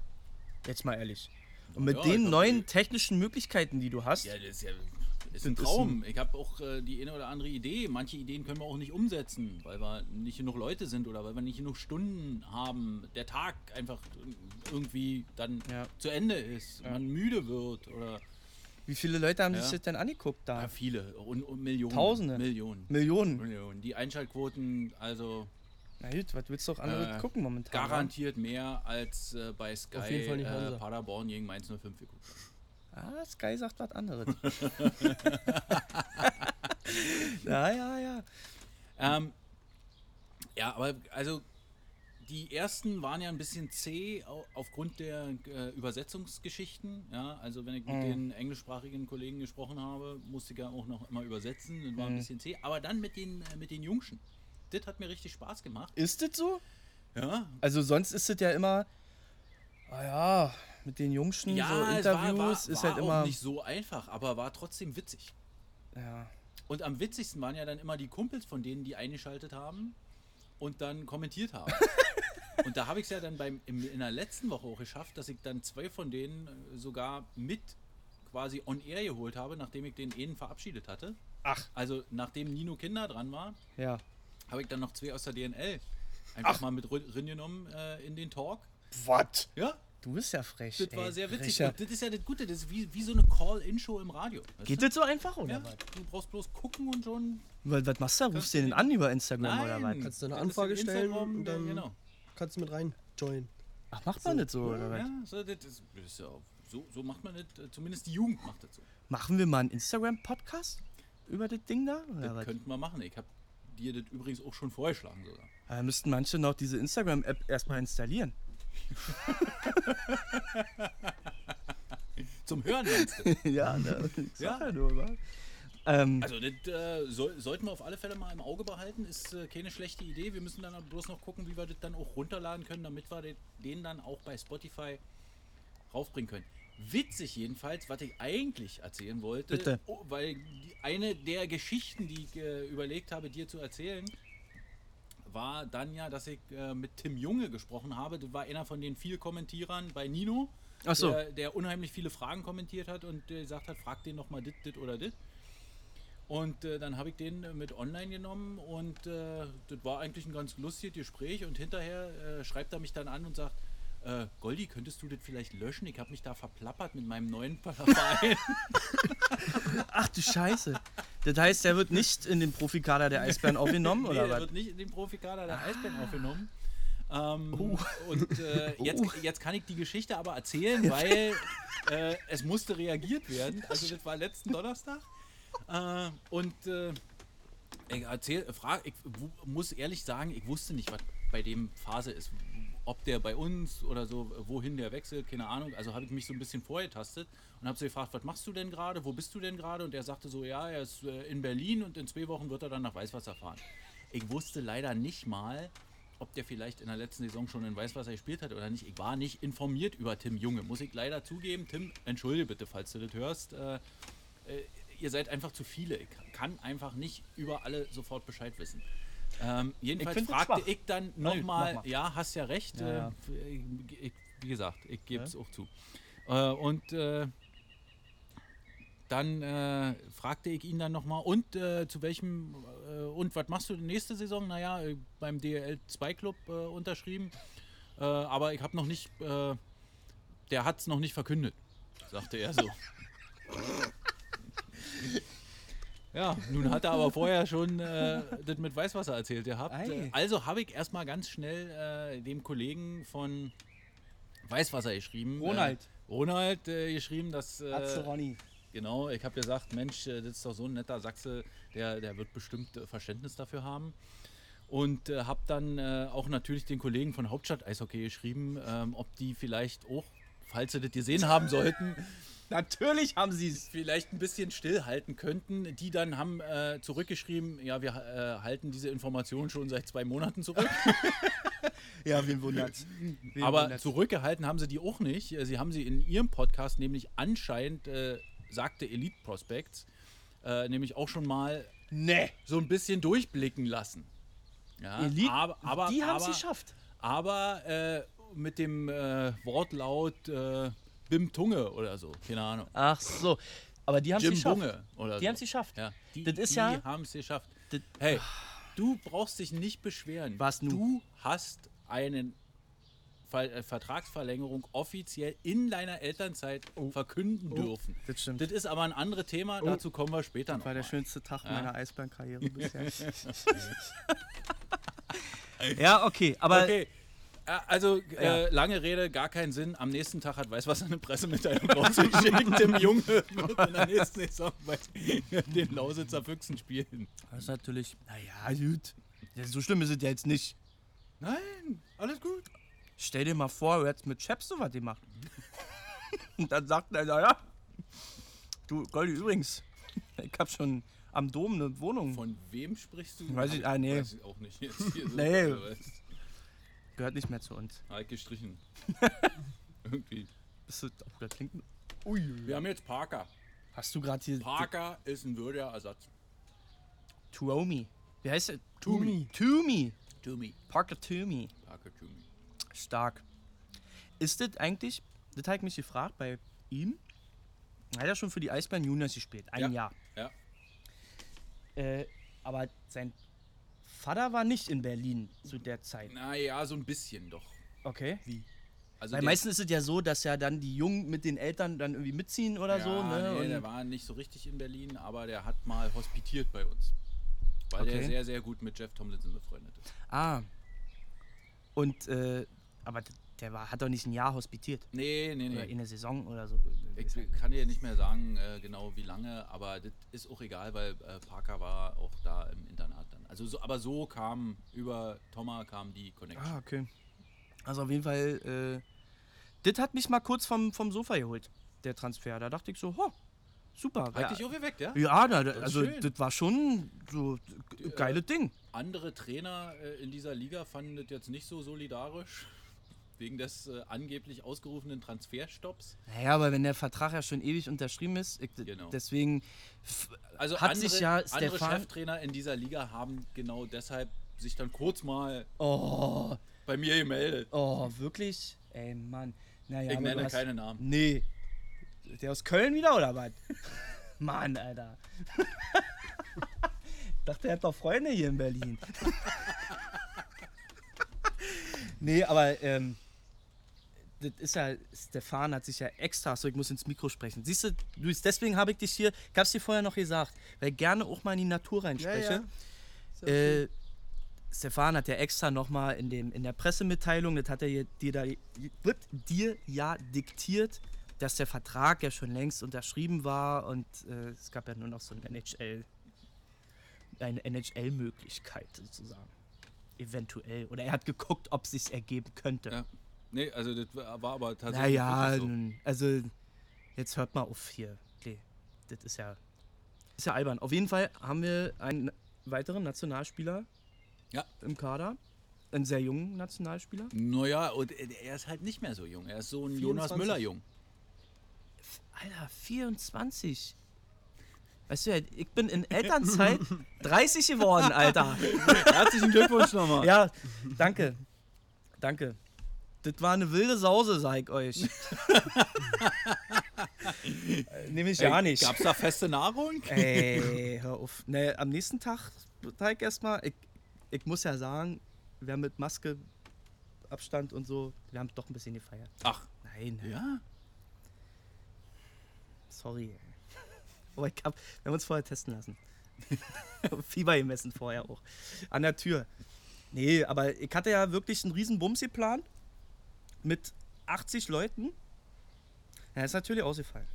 A: Jetzt mal ehrlich. Und mit
C: Ja, ich
A: den
C: hab-
A: neuen technischen Möglichkeiten, die du hast,
C: Ja, das ist ja das ist ein
A: Das ist
C: Traum. Ich habe auch äh, die eine oder andere Idee. Manche Ideen können wir auch nicht umsetzen, weil wir nicht genug Leute sind oder weil wir nicht genug Stunden haben. Der Tag einfach irgendwie dann
A: Ja.
C: zu Ende ist, man müde wird oder
A: wie viele Leute haben sich
C: Ja.
A: das denn angeguckt da?
C: ja, viele und, und Millionen.
A: Tausende.
C: Millionen.
A: Millionen.
C: Millionen. Die Einschaltquoten, also
A: Na gut, was willst du auch andere
C: Äh,
A: gucken momentan? wa?
C: garantiert mehr als äh, bei Sky
B: Auf jeden Fall nicht
C: äh,
B: Hansa.
C: Paderborn gegen Mainz 05 geguckt. haben.
A: Ah, Sky sagt was anderes. ja, ja, ja.
C: Ähm, ja, aber also die ersten waren ja ein bisschen zäh au- aufgrund der äh, Übersetzungsgeschichten. Ja, also wenn ich
A: Mhm.
C: mit den englischsprachigen Kollegen gesprochen habe, musste ich ja auch noch immer übersetzen. Das
A: Mhm.
C: war ein bisschen zäh. Aber dann mit den äh, mit den Jungschen. Das hat mir richtig Spaß gemacht.
A: Ist das so?
C: Ja,
A: Also sonst ist es ja immer, ah ja, mit den Jungschen,
C: ja,
A: so
C: es
A: Interviews,
C: war, war,
A: ist
C: war
A: halt
C: auch
A: immer.
C: nicht so einfach, aber war trotzdem witzig.
A: Ja.
C: Und am witzigsten waren ja dann immer die Kumpels von denen, die eingeschaltet haben und dann kommentiert haben. und da habe ich es ja dann beim, im, in der letzten Woche auch geschafft, dass ich dann zwei von denen äh, sogar mit quasi on air geholt habe, nachdem ich den einen verabschiedet hatte.
A: Ach,
C: Also nachdem Nino Kinder dran war,
A: ja.
C: habe ich dann noch zwei aus der DNL einfach mal mit rin- reingenommen äh, in den Talk.
A: What?
C: Ja,
A: Du bist ja frech.
C: das
A: ey.
C: war sehr witzig.
A: Frecher.
C: Und das ist ja das Gute, das ist wie, wie so eine Call-In-Show im Radio. weißt
A: Geht
C: du?
A: das so einfach oder
C: Ja,
A: was?
C: du brauchst bloß gucken und schon
A: Weil, was machst du da? Rufst du den an über Instagram oder
C: Nein. Also,
A: was?
B: Kannst du eine
C: Das
B: Anfrage
C: ist in
B: stellen
C: Instagram,
B: und
C: ja,
B: dann-
C: Genau.
B: Kannst du mit rein joinen.
A: Ach, macht man das so oder was?
C: Ja, so, das ist, das ist ja, auch- so, so macht man das, äh, zumindest die Jugend macht das so.
A: Machen wir mal einen Instagram-Podcast über das Ding da? Oder
C: das
A: was?
C: könnten wir machen. Ich habe dir das übrigens auch schon vorgeschlagen sogar.
A: Da müssten manche noch diese Instagram-App erstmal installieren.
C: Zum Hören meinst du?
A: ja, ne? Ich
C: Ja.
A: sag ja nur, wa? Ähm,
C: Also das äh, soll, sollten wir auf alle Fälle mal im Auge behalten. Ist äh, keine schlechte Idee. Wir müssen dann bloß noch gucken, wie wir das dann auch runterladen können, damit wir den- den dann auch bei Spotify raufbringen können. Witzig jedenfalls, was ich eigentlich erzählen wollte,
A: Bitte.
C: Oh, weil die, eine der Geschichten, die ich äh, überlegt habe, dir zu erzählen, war dann ja, dass ich äh, mit Tim Junge gesprochen habe. Du war einer von den vielen Kommentierern bei Nino,
A: Ach so.
C: der, der unheimlich viele Fragen kommentiert hat und äh, gesagt hat, frag den nochmal dit, dit oder dit. Und äh, dann habe ich den äh, mit online genommen und äh, das war eigentlich ein ganz lustiges Gespräch. Und hinterher äh, schreibt er mich dann an und sagt, äh, Goldi, könntest du das vielleicht löschen? Ich habe mich da verplappert mit meinem neuen Verein.
A: ach du Scheiße. Das heißt, der wird nicht in den Profikader der Eisbären aufgenommen,
C: Nee,
A: oder
C: der
A: was? Ah.
C: wird nicht in den Profikader der Eisbären aufgenommen. Ähm,
A: Oh.
C: Und äh, jetzt, jetzt kann ich die Geschichte aber erzählen, weil äh, es musste reagiert werden. Also das war letzten Donnerstag. Äh, und äh, ich, erzähl, äh, frag, ich wu- muss ehrlich sagen, ich wusste nicht, was bei dem Phase ist. Ob der bei uns oder so, äh, wohin der wechselt, keine Ahnung. Also habe ich mich so ein bisschen vorgetastet und habe so gefragt, was machst du denn gerade? Wo bist du denn gerade? Und er sagte so, ja, er ist äh, in Berlin und in zwei Wochen wird er dann nach Weißwasser fahren. Ich wusste leider nicht mal, ob der vielleicht in der letzten Saison schon in Weißwasser gespielt hat oder nicht. Ich war nicht informiert über Tim Junge, muss ich leider zugeben. Tim, entschuldige bitte, falls du das hörst. Äh, ihr seid einfach zu viele. Ich kann einfach nicht über alle sofort Bescheid wissen. Ähm, jedenfalls
A: find das
C: fragte
A: schwach.
C: ich dann
A: Nö,
C: nochmal,
A: mach mal.
C: ja, hast ja recht.
A: Ja, ja.
C: Äh, ich, ich, wie gesagt, ich gebe es auch zu. Äh, und äh, dann äh, fragte ich ihn dann nochmal, und äh, zu welchem, äh, und was machst du nächste Saison? Naja, äh, beim DL2-Club äh, unterschrieben. Äh, aber ich habe noch nicht, äh, der hat es noch nicht verkündet, sagte er so. Ja, nun hat er aber vorher schon äh, das mit Weißwasser erzählt gehabt.
A: Ei.
C: Äh, Also habe ich erstmal ganz schnell äh, dem Kollegen von Weißwasser geschrieben.
A: Ronald.
C: Äh, Ronald äh, geschrieben, dass.
A: Atze
C: Äh,
A: Ronny.
C: genau, ich habe gesagt, Mensch, äh, das ist doch so ein netter Sachse, der, der wird bestimmt äh, Verständnis dafür haben. Und äh, habe dann äh, auch natürlich den Kollegen von Hauptstadt Eishockey geschrieben, ähm, ob die vielleicht auch, falls sie das gesehen haben sollten,
A: Natürlich haben sie es.
C: vielleicht ein bisschen stillhalten könnten. Die dann haben äh, zurückgeschrieben, ja, wir äh, halten diese Information schon seit zwei Monaten zurück.
A: Ja, wen wundert's? Wen
C: Aber
A: wundert's?
C: zurückgehalten haben sie die auch nicht. Äh, Sie haben sie in ihrem Podcast nämlich anscheinend, äh, sagte Elite Prospects, äh, nämlich auch schon mal
A: Nee.
C: so ein bisschen durchblicken lassen. Ja,
A: Elite,
C: Ah, aber, aber,
A: die haben es
C: aber,
A: geschafft.
C: aber äh, mit dem äh, Wortlaut äh, Bim Tunge oder so, keine Ahnung.
A: Ach so. Aber die haben es
C: Jim
A: geschafft.
C: Bunge oder
A: Die
C: so.
A: haben's geschafft.
C: Also Ja, die
A: Das ist
C: die
A: ja-
C: haben es geschafft.
A: Das-
C: Hey, du brauchst dich nicht beschweren.
A: Was nun?
C: Du hast einen Ver äh, Vertragsverlängerung offiziell in deiner Elternzeit verkünden dürfen.
A: Oh. das stimmt. Oh.
C: Das ist aber ein anderes Thema, dazu kommen wir später noch.
A: War der
C: mal.
A: schönste Tag meiner Eisbärenkarriere bisher. ja, okay, aber
C: Okay. Äh, Also, äh, lange Rede, gar keinen Sinn. Am nächsten Tag hat Weißwasser eine Pressemitteilung rausgeschickt. Dem Junge wird in der nächsten Saison bei den Lausitzer Füchsen spielen.
A: das ist natürlich. Naja, gut. Ja, So schlimm ist es ja jetzt nicht.
C: Nein, alles gut.
A: Stell dir mal vor, du hättest mit Chaps so was gemacht. Und dann sagt er, naja, du, Goldi, übrigens, ich hab schon am Dom eine Wohnung.
C: Von wem sprichst du?
A: Weiß ich- ah, nee.
C: Weiß ich auch nicht. Jetzt hier so,
A: Nee.
C: also, weiß-
A: Gehört nicht mehr zu uns.
C: Halt gestrichen. Irgendwie.
A: Bist du auf Blatt linken?
B: Ui.
C: Wir haben jetzt Parker.
A: Hast du gerade hier
C: Parker ist ein würdiger Ersatz.
A: Tuomi? Wie heißt er?
B: Toomey.
A: Toomey.
C: Toomey.
A: Parker Toomey.
C: Parker Toomey.
A: Stark. Ist das eigentlich, das hat mich gefragt bei ihm, er hat ja schon für die Eisbären Juniors gespielt, ein
C: Ja.
A: Jahr.
C: Ja.
A: Äh, aber sein Vater war nicht in Berlin zu der Zeit.
C: Naja, so ein bisschen doch.
A: Okay.
C: Also
A: Weil
C: der-
A: meistens ist es ja so, dass ja dann die Jungen mit den Eltern dann irgendwie mitziehen oder
C: ja,
A: so. Ne?
C: Nee,
A: Und
C: der war nicht so richtig in Berlin, aber der hat mal hospitiert bei uns. Weil der
A: Okay.
C: sehr, sehr gut mit Jeff Tomlinson befreundet ist.
A: ah. Und, äh, aber d- der war, hat doch nicht ein Jahr hospitiert.
C: Nee, nee,
A: Oder
C: nee.
A: in der Saison oder so.
C: Ich kann dir nicht mehr sagen, äh, genau wie lange, aber das ist auch egal, weil äh, Parker war auch da im Internat dann. Also so, aber so kam über Thomas kam die Connection.
A: Ah, okay. Also auf jeden Fall, äh, das hat mich mal kurz vom, vom Sofa geholt, der Transfer. Da dachte ich so, ho, super.
C: Hat
A: Ah, Ja,
C: Halt dich auch geweckt, ja?
A: ja na, da-
C: ist
A: also
C: schön.
A: das war schon so
C: äh,
A: ein geiles Ding.
C: Andere Trainer äh, in dieser Liga fanden das jetzt nicht so solidarisch. Wegen des äh, angeblich ausgerufenen Transferstopps.
A: Naja, aber wenn der Vertrag ja schon ewig unterschrieben ist, ich,
C: Genau.
A: deswegen f-
C: Also
A: Hat
C: andere,
A: sich ja
C: andere
A: Stefan-
C: Cheftrainer in dieser Liga haben genau deshalb sich dann kurz mal
A: Oh,
C: bei mir gemeldet.
A: oh, wirklich? Ey, Mann. Naja,
C: ich
A: aber du
C: nenne
A: hast-
C: keine Namen.
A: Nee. Der aus Köln wieder oder was? Mann, Alter. Dachte, er hat doch Freunde hier in Berlin. nee, aber ähm, das ist ja, Stefan hat sich ja extra, so ich muss ins Mikro sprechen. Siehst du, Luis, deswegen habe ich dich hier, ich hab's dir vorher noch gesagt, weil ich gerne auch mal in die Natur reinspreche.
B: Sehr
A: Äh,
B: schön.
A: Stefan hat ja extra nochmal in, dem- in der Pressemitteilung, das hat er dir, dir, da, wird dir ja diktiert, dass der Vertrag ja schon längst unterschrieben war und äh, es gab ja nur noch so ein NHL, eine NHL-Möglichkeit sozusagen. Eventuell. Oder er hat geguckt, ob es sich ergeben könnte.
C: Ja, Nee, also das war war aber tatsächlich.
A: naja,
C: wirklich so.
A: nun, also jetzt hört mal auf hier. Nee, das ist ja, ist ja albern. Auf jeden Fall haben wir einen weiteren Nationalspieler
C: Ja.
A: im Kader. Einen sehr jungen Nationalspieler.
C: Naja, und er ist halt nicht mehr so jung. Er ist so ein Jonas
B: 24.
C: Müller jung.
A: Alter, 24. Weißt du, ja, ich bin in Elternzeit 30 geworden, Alter.
C: Herzlichen Glückwunsch nochmal.
A: Ja, danke. Danke. Das war eine wilde Sause, sag ich euch. Äh, Nehme ich ja nicht. Äh.
C: Gab's da feste Nahrung?
A: Ey, hör auf. Nee, am nächsten Tag, Teig erstmal, ich, ich muss ja sagen, wir haben mit Maske, Abstand und so, wir haben doch ein bisschen gefeiert.
C: Ach,
A: Nein,
C: ja.
A: sorry. ey. Aber ich hab, wir haben uns vorher testen lassen. Fieber gemessen vorher auch. An der Tür. Nee, aber ich hatte ja wirklich einen riesen Bums geplant. Mit 80 Leuten. Ja, ist natürlich ausgefallen.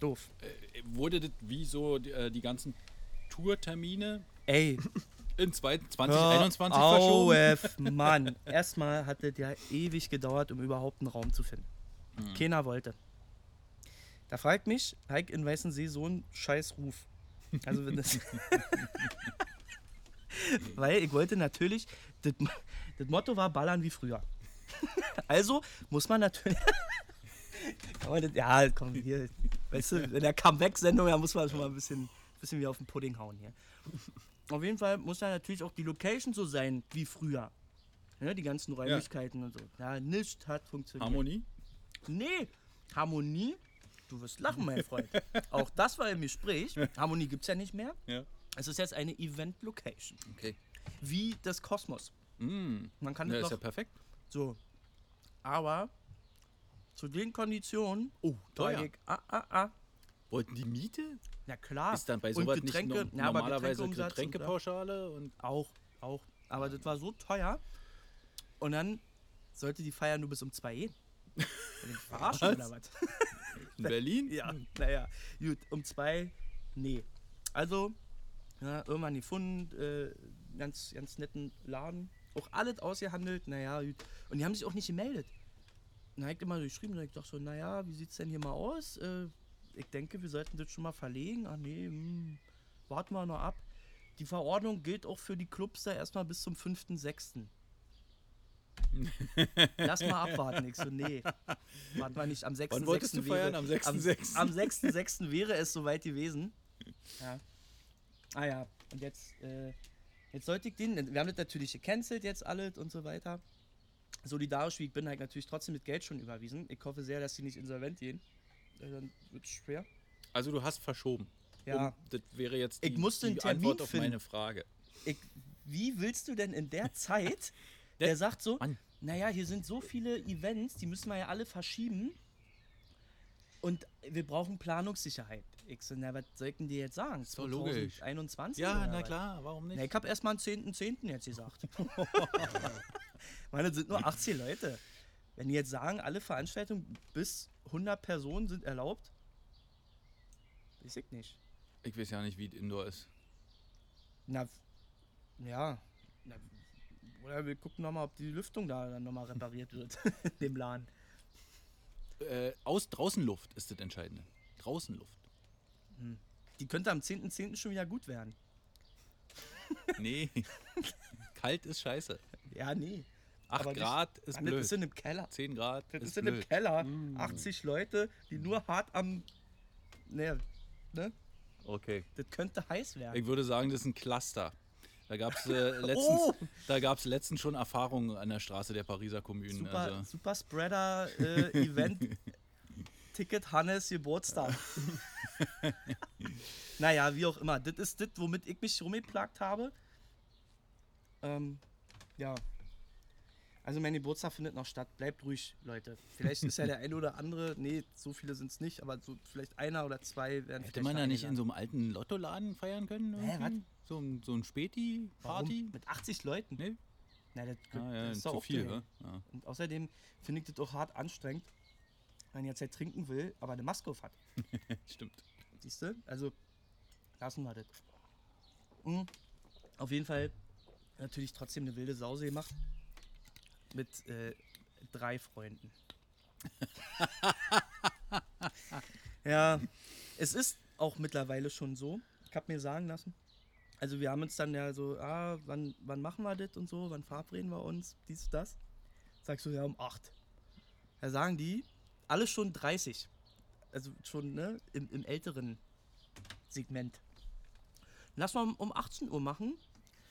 A: Doof.
C: Äh, Wurde das wie so die, äh, die ganzen Tourtermine
A: Ey,
C: in zwei-
A: Hör
C: 2021 verschoben?
A: Auf, Mann. Erstmal hat es ja ewig gedauert, um überhaupt einen Raum zu finden. Keiner wollte. Da fragt mich, Heik in Weißensee so einen scheiß Ruf. Also wenn das... Weil ich wollte natürlich, das das Motto war ballern wie früher. Also muss man natürlich... Kann man das- Ja, komm, hier. Weißt du, in der Comeback-Sendung, da muss man schon mal ein bisschen, bisschen wieder auf den Pudding hauen hier. Auf jeden Fall muss da natürlich auch die Location so sein wie früher. Ne, die ganzen Räumlichkeiten und so. Ja, nichts hat funktioniert.
C: Harmonie?
A: nee, Harmonie, du wirst lachen, mein Freund. auch das war im Gespräch. Harmonie gibt es ja nicht mehr.
C: Ja.
A: Es ist jetzt eine Event-Location.
C: Okay.
A: Wie das Kosmos.
C: Mm.
A: Man kann
C: Ja,
A: das
C: ist
A: noch
C: ja perfekt.
A: so. Aber zu den Konditionen. Oh,
C: teuer.
A: Ich, ah, ah, ah.
C: Wollten die Miete?
A: Na klar.
C: Ist dann bei
A: Ah, Und
C: sowas
A: Getränke,
C: nicht no
A: ja, aber
C: normalerweise
A: Getränkeumsatz und-
C: Getränkepauschale und
A: Auch, auch. Aber das war so teuer. Und dann sollte die Feier nur bis um zwei gehen. Wollt ihr mich Verarschen
C: Was?
A: oder was?
C: in Berlin?
A: Ja, naja. Gut, um zwei, nee. Also, ja, irgendwann gefunden, äh, ganz, ganz netten Laden. Auch alles ausgehandelt, naja, gut. Und die haben sich auch nicht gemeldet. Dann hab ich immer so geschrieben, und ich dachte so, naja, wie sieht's denn hier mal aus? Äh, ich denke, wir sollten das schon mal verlegen. Ach nee, hm, warten wir noch ab. Die Verordnung gilt auch für die Clubs da erstmal bis zum 5.6. Lass mal abwarten. Ich so, nee. Warten wir nicht. Am 6.6.
C: Wann wolltest du
A: wäre-
C: feiern? Am 6.6.?
A: Am, am 6.6. wäre es soweit gewesen. Ja. Ah ja, und jetzt, äh, jetzt sollte ich den, wir haben das natürlich gecancelt jetzt alles und so weiter. Solidarisch wie ich bin, halt natürlich trotzdem mit Geld schon überwiesen. Ich hoffe sehr, dass sie nicht insolvent gehen. Äh, Dann wird es schwer.
C: Also du hast verschoben.
A: Ja.
C: Um, das wäre jetzt die,
A: Ich musste einen
C: die Antwort
A: Termin
C: auf
A: finden.
C: meine Frage.
A: ich, wie willst du denn in der Zeit,
C: Der-
A: der sagt so,
C: Mann.
A: naja, hier sind so viele Events, die müssen wir ja alle verschieben und wir brauchen Planungssicherheit. Ich so, na, was sollten die jetzt sagen?
C: doch logisch.
A: 2021?
C: Ja,
A: oder
C: na
A: was?
C: klar, warum nicht?
A: Na, ich habe erstmal einen 10.10. jetzt gesagt. Meine, das sind nur 18 Leute. Wenn die jetzt sagen, alle Veranstaltungen bis 100 Personen sind erlaubt, weiß ich nicht.
C: Ich weiß ja nicht, wie es Indoor ist.
A: Na, ja. Na, oder wir gucken nochmal, ob die Lüftung da dann nochmal repariert wird, dem Laden.
C: Äh, aus Draußenluft ist das Entscheidende. Draußenluft.
A: Die könnte am 10.10. schon wieder gut werden.
C: Nee. Kalt ist scheiße.
A: Ja, nee.
C: 8
A: Aber nicht-
C: Grad ist
A: Mann, das
C: blöd.
A: ist in einem Keller.
C: 10 Grad
A: Das ist,
C: ist
A: in einem
C: blöd.
A: Keller. 80 Leute, die nur hart am. Naja, ne?
C: Okay.
A: Das könnte heiß werden.
C: Ich würde sagen, das ist ein Cluster. Da gab es äh, letztens,
A: Oh!
C: da gab's letztens schon Erfahrungen an der Straße der Pariser Kommunen.
A: Super,
C: also.
A: super Spreader äh, Event. Ticket Hannes Geburtstag. naja, wie auch immer. Das ist das, womit ich mich rumgeplagt habe. Ähm, ja. Also mein Geburtstag findet noch statt. Bleibt ruhig, Leute. Vielleicht ist ja der eine oder andere. Nee, so viele sind es nicht, aber so vielleicht einer oder zwei werden
C: Hätte man da nicht in so einem alten Lottoladen feiern können?
A: Hä,
C: irgendwie? So ein, so ein Späti-Party?
A: Mit 80 Leuten?
C: Nee?
A: Na, das,
C: Ah, ja,
A: das ist doch
C: zu
A: auch
C: viel,
A: drin.
C: ne? ja.
A: Und außerdem finde ich das auch hart anstrengend, wenn jetzt halt trinken will, aber eine Maske auf hat.
C: Stimmt.
A: Siehst du? Also lassen wir das. Mhm. Auf jeden Fall natürlich trotzdem eine wilde Sause gemacht. Mit äh, drei Freunden. ja, es ist auch mittlerweile schon so. Ich habe mir sagen lassen. Also wir haben uns dann ja so, ah, wann, wann machen wir das und so, wann verabreden wir uns, dies, das. Sagst du ja um 8. Da sagen die, alle schon 30 also schon ne, im, im älteren Segment. Lass mal um, um 18 Uhr machen.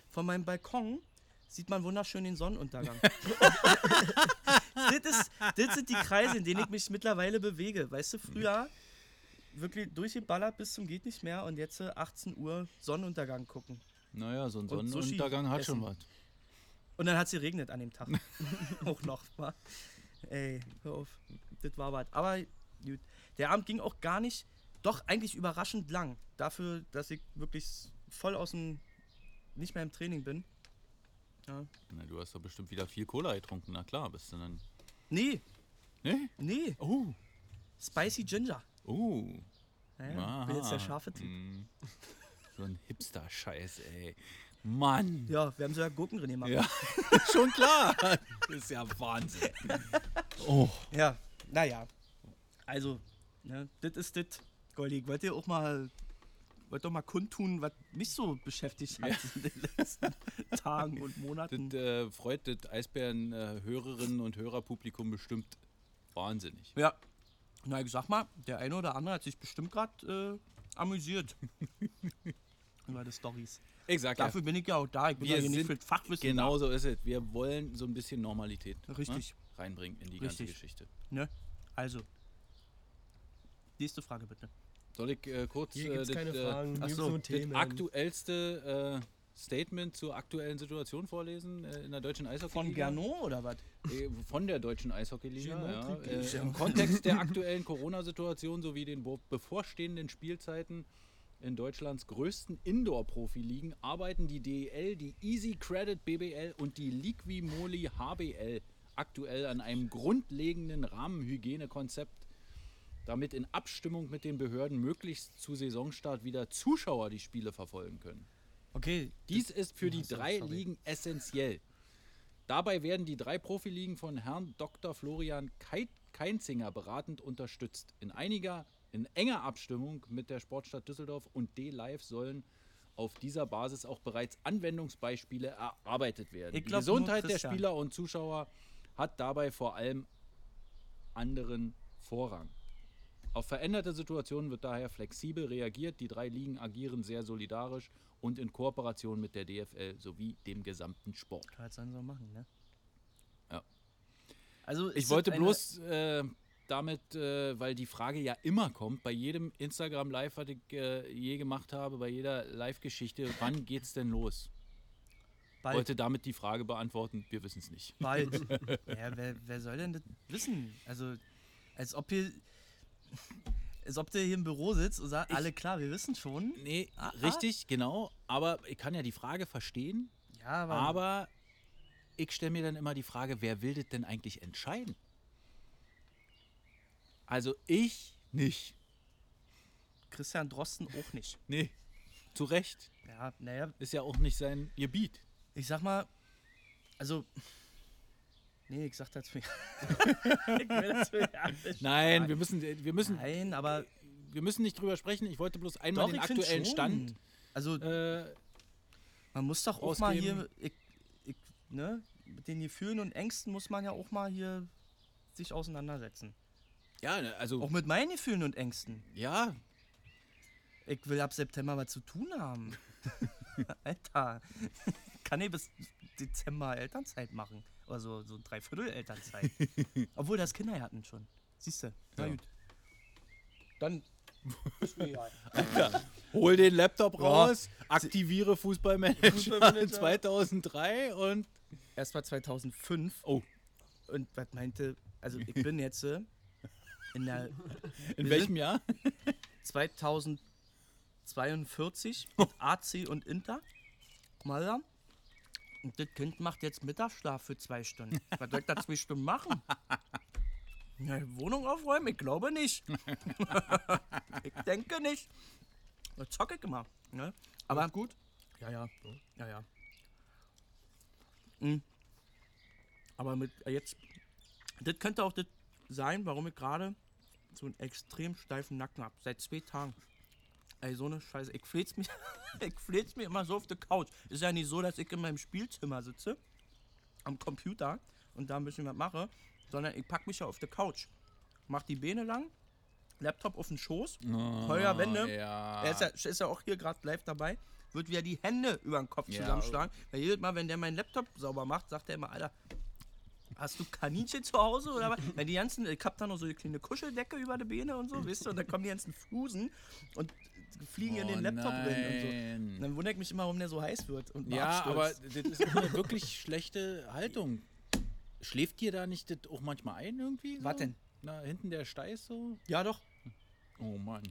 A: Von meinem Balkon sieht man wunderschön den Sonnenuntergang. das, ist, das sind die Kreise, in denen ich mich mittlerweile bewege. Weißt du, früher wirklich durchgeballert bis zum geht nicht mehr und jetzt äh, 18 Uhr Sonnenuntergang gucken.
C: Naja, so ein
A: Und Sushi
C: Sonnenuntergang hat schon was.
A: essen. Und dann hat es geregnet an dem Tag. auch noch mal. Ey, hör auf. Das war was. Aber gut. Der Abend ging auch gar nicht, doch eigentlich überraschend lang. Dafür, dass ich wirklich voll aus dem, nicht mehr im Training bin. Ja.
C: Na, Ne, du hast doch bestimmt wieder viel Cola getrunken. Na klar, bist du dann.
A: Nee,
C: Ne?
A: nee.
C: Oh.
A: Spicy Ginger.
C: Oh.
A: Naja, bin jetzt der
C: Aha.
A: scharfe Typ.
C: Mm. So ein Hipster-Scheiß, ey. Mann.
A: Ja, wir haben sogar Gurken drin gemacht.
C: Ja, schon klar. Das ist ja Wahnsinn. Oh.
A: Ja, naja. Also, ne, das ist das. Goldig, wollt ihr auch mal, wollt doch mal kundtun, was mich so beschäftigt hat in den letzten Tagen und
C: Das
A: Monaten.
C: äh, freut das Eisbären-Hörerinnen und Hörerpublikum bestimmt wahnsinnig.
A: Ja. Na, ich sag mal, der eine oder andere hat sich bestimmt gerade äh, amüsiert über die Stories.
C: Exakt.
A: Dafür bin ich ja auch da. Ich bin ja hier nicht für das Fachwissen
C: genau so ist es. Wir wollen so ein bisschen Normalität
A: Richtig.
C: Ne, reinbringen in die ganze
A: Richtig.
C: Geschichte.
A: da. Ne? Also, nächste Frage bitte.
C: Soll ich äh, kurz
B: Hier
C: äh,
B: gibt es
C: das,
B: keine
C: äh,
B: Fragen, ähm.
A: ach
B: hier
A: so,
B: so, nur
A: das
C: das
B: Themen.
C: aktuellste äh, Statement zur aktuellen Situation vorlesen äh, in der deutschen
A: Von
C: Eishockey-Liga?
A: Gernot oder was?
C: Äh, Von der deutschen Eishockey-Liga. Ja,
B: Genau,
C: äh, Im Kontext der aktuellen Corona-Situation sowie den bo- bevorstehenden Spielzeiten in Deutschlands größten Indoor-Profi-Ligen arbeiten die DEL, die Easy Credit BBL und die Liquimoli HBL aktuell an einem grundlegenden Rahmenhygienekonzept, damit in Abstimmung mit den Behörden möglichst zu Saisonstart wieder Zuschauer die Spiele verfolgen können.
A: Okay,
C: Dies ist für die
A: so,
C: drei
A: sorry.
C: Ligen essentiell. Dabei werden die drei Profiligen von Herrn Dr. Florian Kei- Keinzinger beratend unterstützt. In einiger, in enger Abstimmung mit der Sportstadt Düsseldorf und D-Live sollen auf dieser Basis auch bereits Anwendungsbeispiele erarbeitet werden.
A: Ich
C: Die
A: glaub,
C: Gesundheit
A: nur
C: der
A: Christian.
C: Spieler und Zuschauer hat dabei vor allem anderen Vorrang. Auf veränderte Situationen wird daher flexibel reagiert. Die drei Ligen agieren sehr solidarisch und in Kooperation mit der DFL sowie dem gesamten Sport.
A: Kann halt sein, so machen, ne?
C: Ja.
A: Also es
C: Ich
A: ist
C: wollte
A: eine-
C: bloß äh, damit, äh, weil die Frage ja immer kommt, bei jedem Instagram-Live, was ich äh, je gemacht habe, bei jeder Live-Geschichte, wann geht's denn los?
A: bald,
C: Wollte damit die Frage beantworten, wir wissen es nicht.
A: bald. ja, wer, wer soll denn das wissen? Also, als ob hier. Als ob der hier im Büro sitzt und sagt, alle klar, wir wissen schon.
C: Nee,
A: Ah, ah.
C: richtig, genau. Aber ich kann ja die Frage verstehen,
A: Ja, aber,
C: aber ich stelle mir dann immer die Frage, wer will das denn eigentlich entscheiden? Also ich nicht.
A: Christian Drosten auch nicht.
C: Nee. Zu Recht.
A: Ja, naja,
C: Ist ja auch nicht sein Gebiet.
A: ich sag mal, also. Nee, ich sag dazu. ich will dazu ja nicht.
C: Nein, wir müssen, wir müssen,
A: Nein, aber.
C: wir müssen nicht drüber sprechen. Ich wollte bloß einmal den
A: ich find
C: aktuellen
A: schon.
C: Stand.
A: Also,
C: Äh,
A: Man muss doch auch mal
C: rausgeben.
A: hier, ich, ich, ne, mit den Gefühlen und Ängsten muss man ja auch mal hier sich auseinandersetzen.
C: ja, also
A: Auch mit meinen Gefühlen und Ängsten.
C: ja,
A: Ich will ab September was zu tun haben. Alter, kann ich bis Dezember Elternzeit machen. Oder so, so ein Dreiviertel Elternzeit. Obwohl, das Kinder ja hatten schon. Siehst du? Na
C: Ja.
A: gut. Dann ist mir egal.
C: hol den Laptop
A: raus,
C: raus, aktiviere Fußballmanager,
B: Fußballmanager.
C: 2003 und
A: Erst war 2005
C: oh,
A: und was meinte, also ich bin jetzt äh, in der
C: in
A: Wir
C: welchem Jahr?
A: 2042 mit AC und Inter. Malda. Und das Kind macht jetzt Mittagsschlaf für zwei Stunden. Was soll ich da zwei Stunden machen? Na, die Wohnung aufräumen? Ich glaube nicht. ich denke nicht. Da zocke ich immer. Ne? Aber gut. Ja, ja. Ja, ja. Mhm. Aber mit äh, jetzt. Das könnte auch das sein, warum ich gerade so einen extrem steifen Nacken hab. Seit zwei Tagen. Ey, so eine Scheiße. Ich fleht's mir, ich fleht's mir immer so auf der Couch. Ist ja nicht so, dass ich in meinem Spielzimmer sitze, am Computer und da ein bisschen was mache, sondern ich pack mich ja auf der Couch. Mach die Beine lang, Laptop auf den Schoß, Holger Wende.
C: Ah, Ja.
A: ne? Er ist ja, ist ja auch hier gerade live dabei. Wird wieder die Hände über den Kopf
C: Ja. oh.
A: zusammenschlagen. Weil jedes Mal, wenn der meinen Laptop sauber macht, sagt er immer, Alter, hast du Kaninchen zu Hause oder was? Weil die ganzen, ich hab da noch so eine kleine Kuscheldecke über die Beine und so, weißt du, und dann kommen die ganzen Flusen und fliegen in
C: Oh
A: den Laptop rein und so. Und dann wundere ich mich immer, warum der so heiß wird und mal
C: Ja, aber
A: abstürzt.
C: das ist auch eine wirklich schlechte Haltung. Schläft dir da nicht das auch manchmal ein irgendwie? So?
A: Was denn?
C: Na, hinten der Steiß so?
A: Ja, doch.
C: Oh Mann.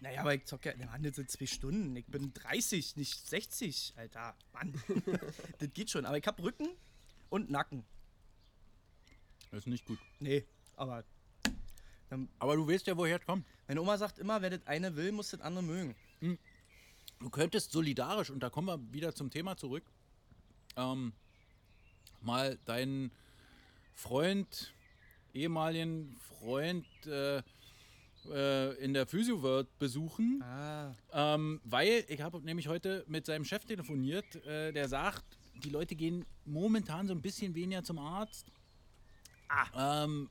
A: Naja, aber ich zocke ja, der Handel sind zwei Stunden. Ich bin 30, nicht 60, Alter. Mann. das geht schon. Aber ich hab Rücken und Nacken.
C: Das ist nicht gut.
A: Nee, aber
C: Aber du weißt ja, woher es kommt.
A: Meine Oma sagt immer, wer das eine will, muss das andere mögen.
C: Du könntest solidarisch, und da kommen wir wieder zum Thema zurück, ähm, mal deinen Freund, ehemaligen Freund äh, äh, in der Physio-World besuchen.
A: Ah.
C: Ähm, weil ich habe nämlich heute mit seinem Chef telefoniert, äh, der sagt, die Leute gehen momentan so ein bisschen weniger zum Arzt. Ähm,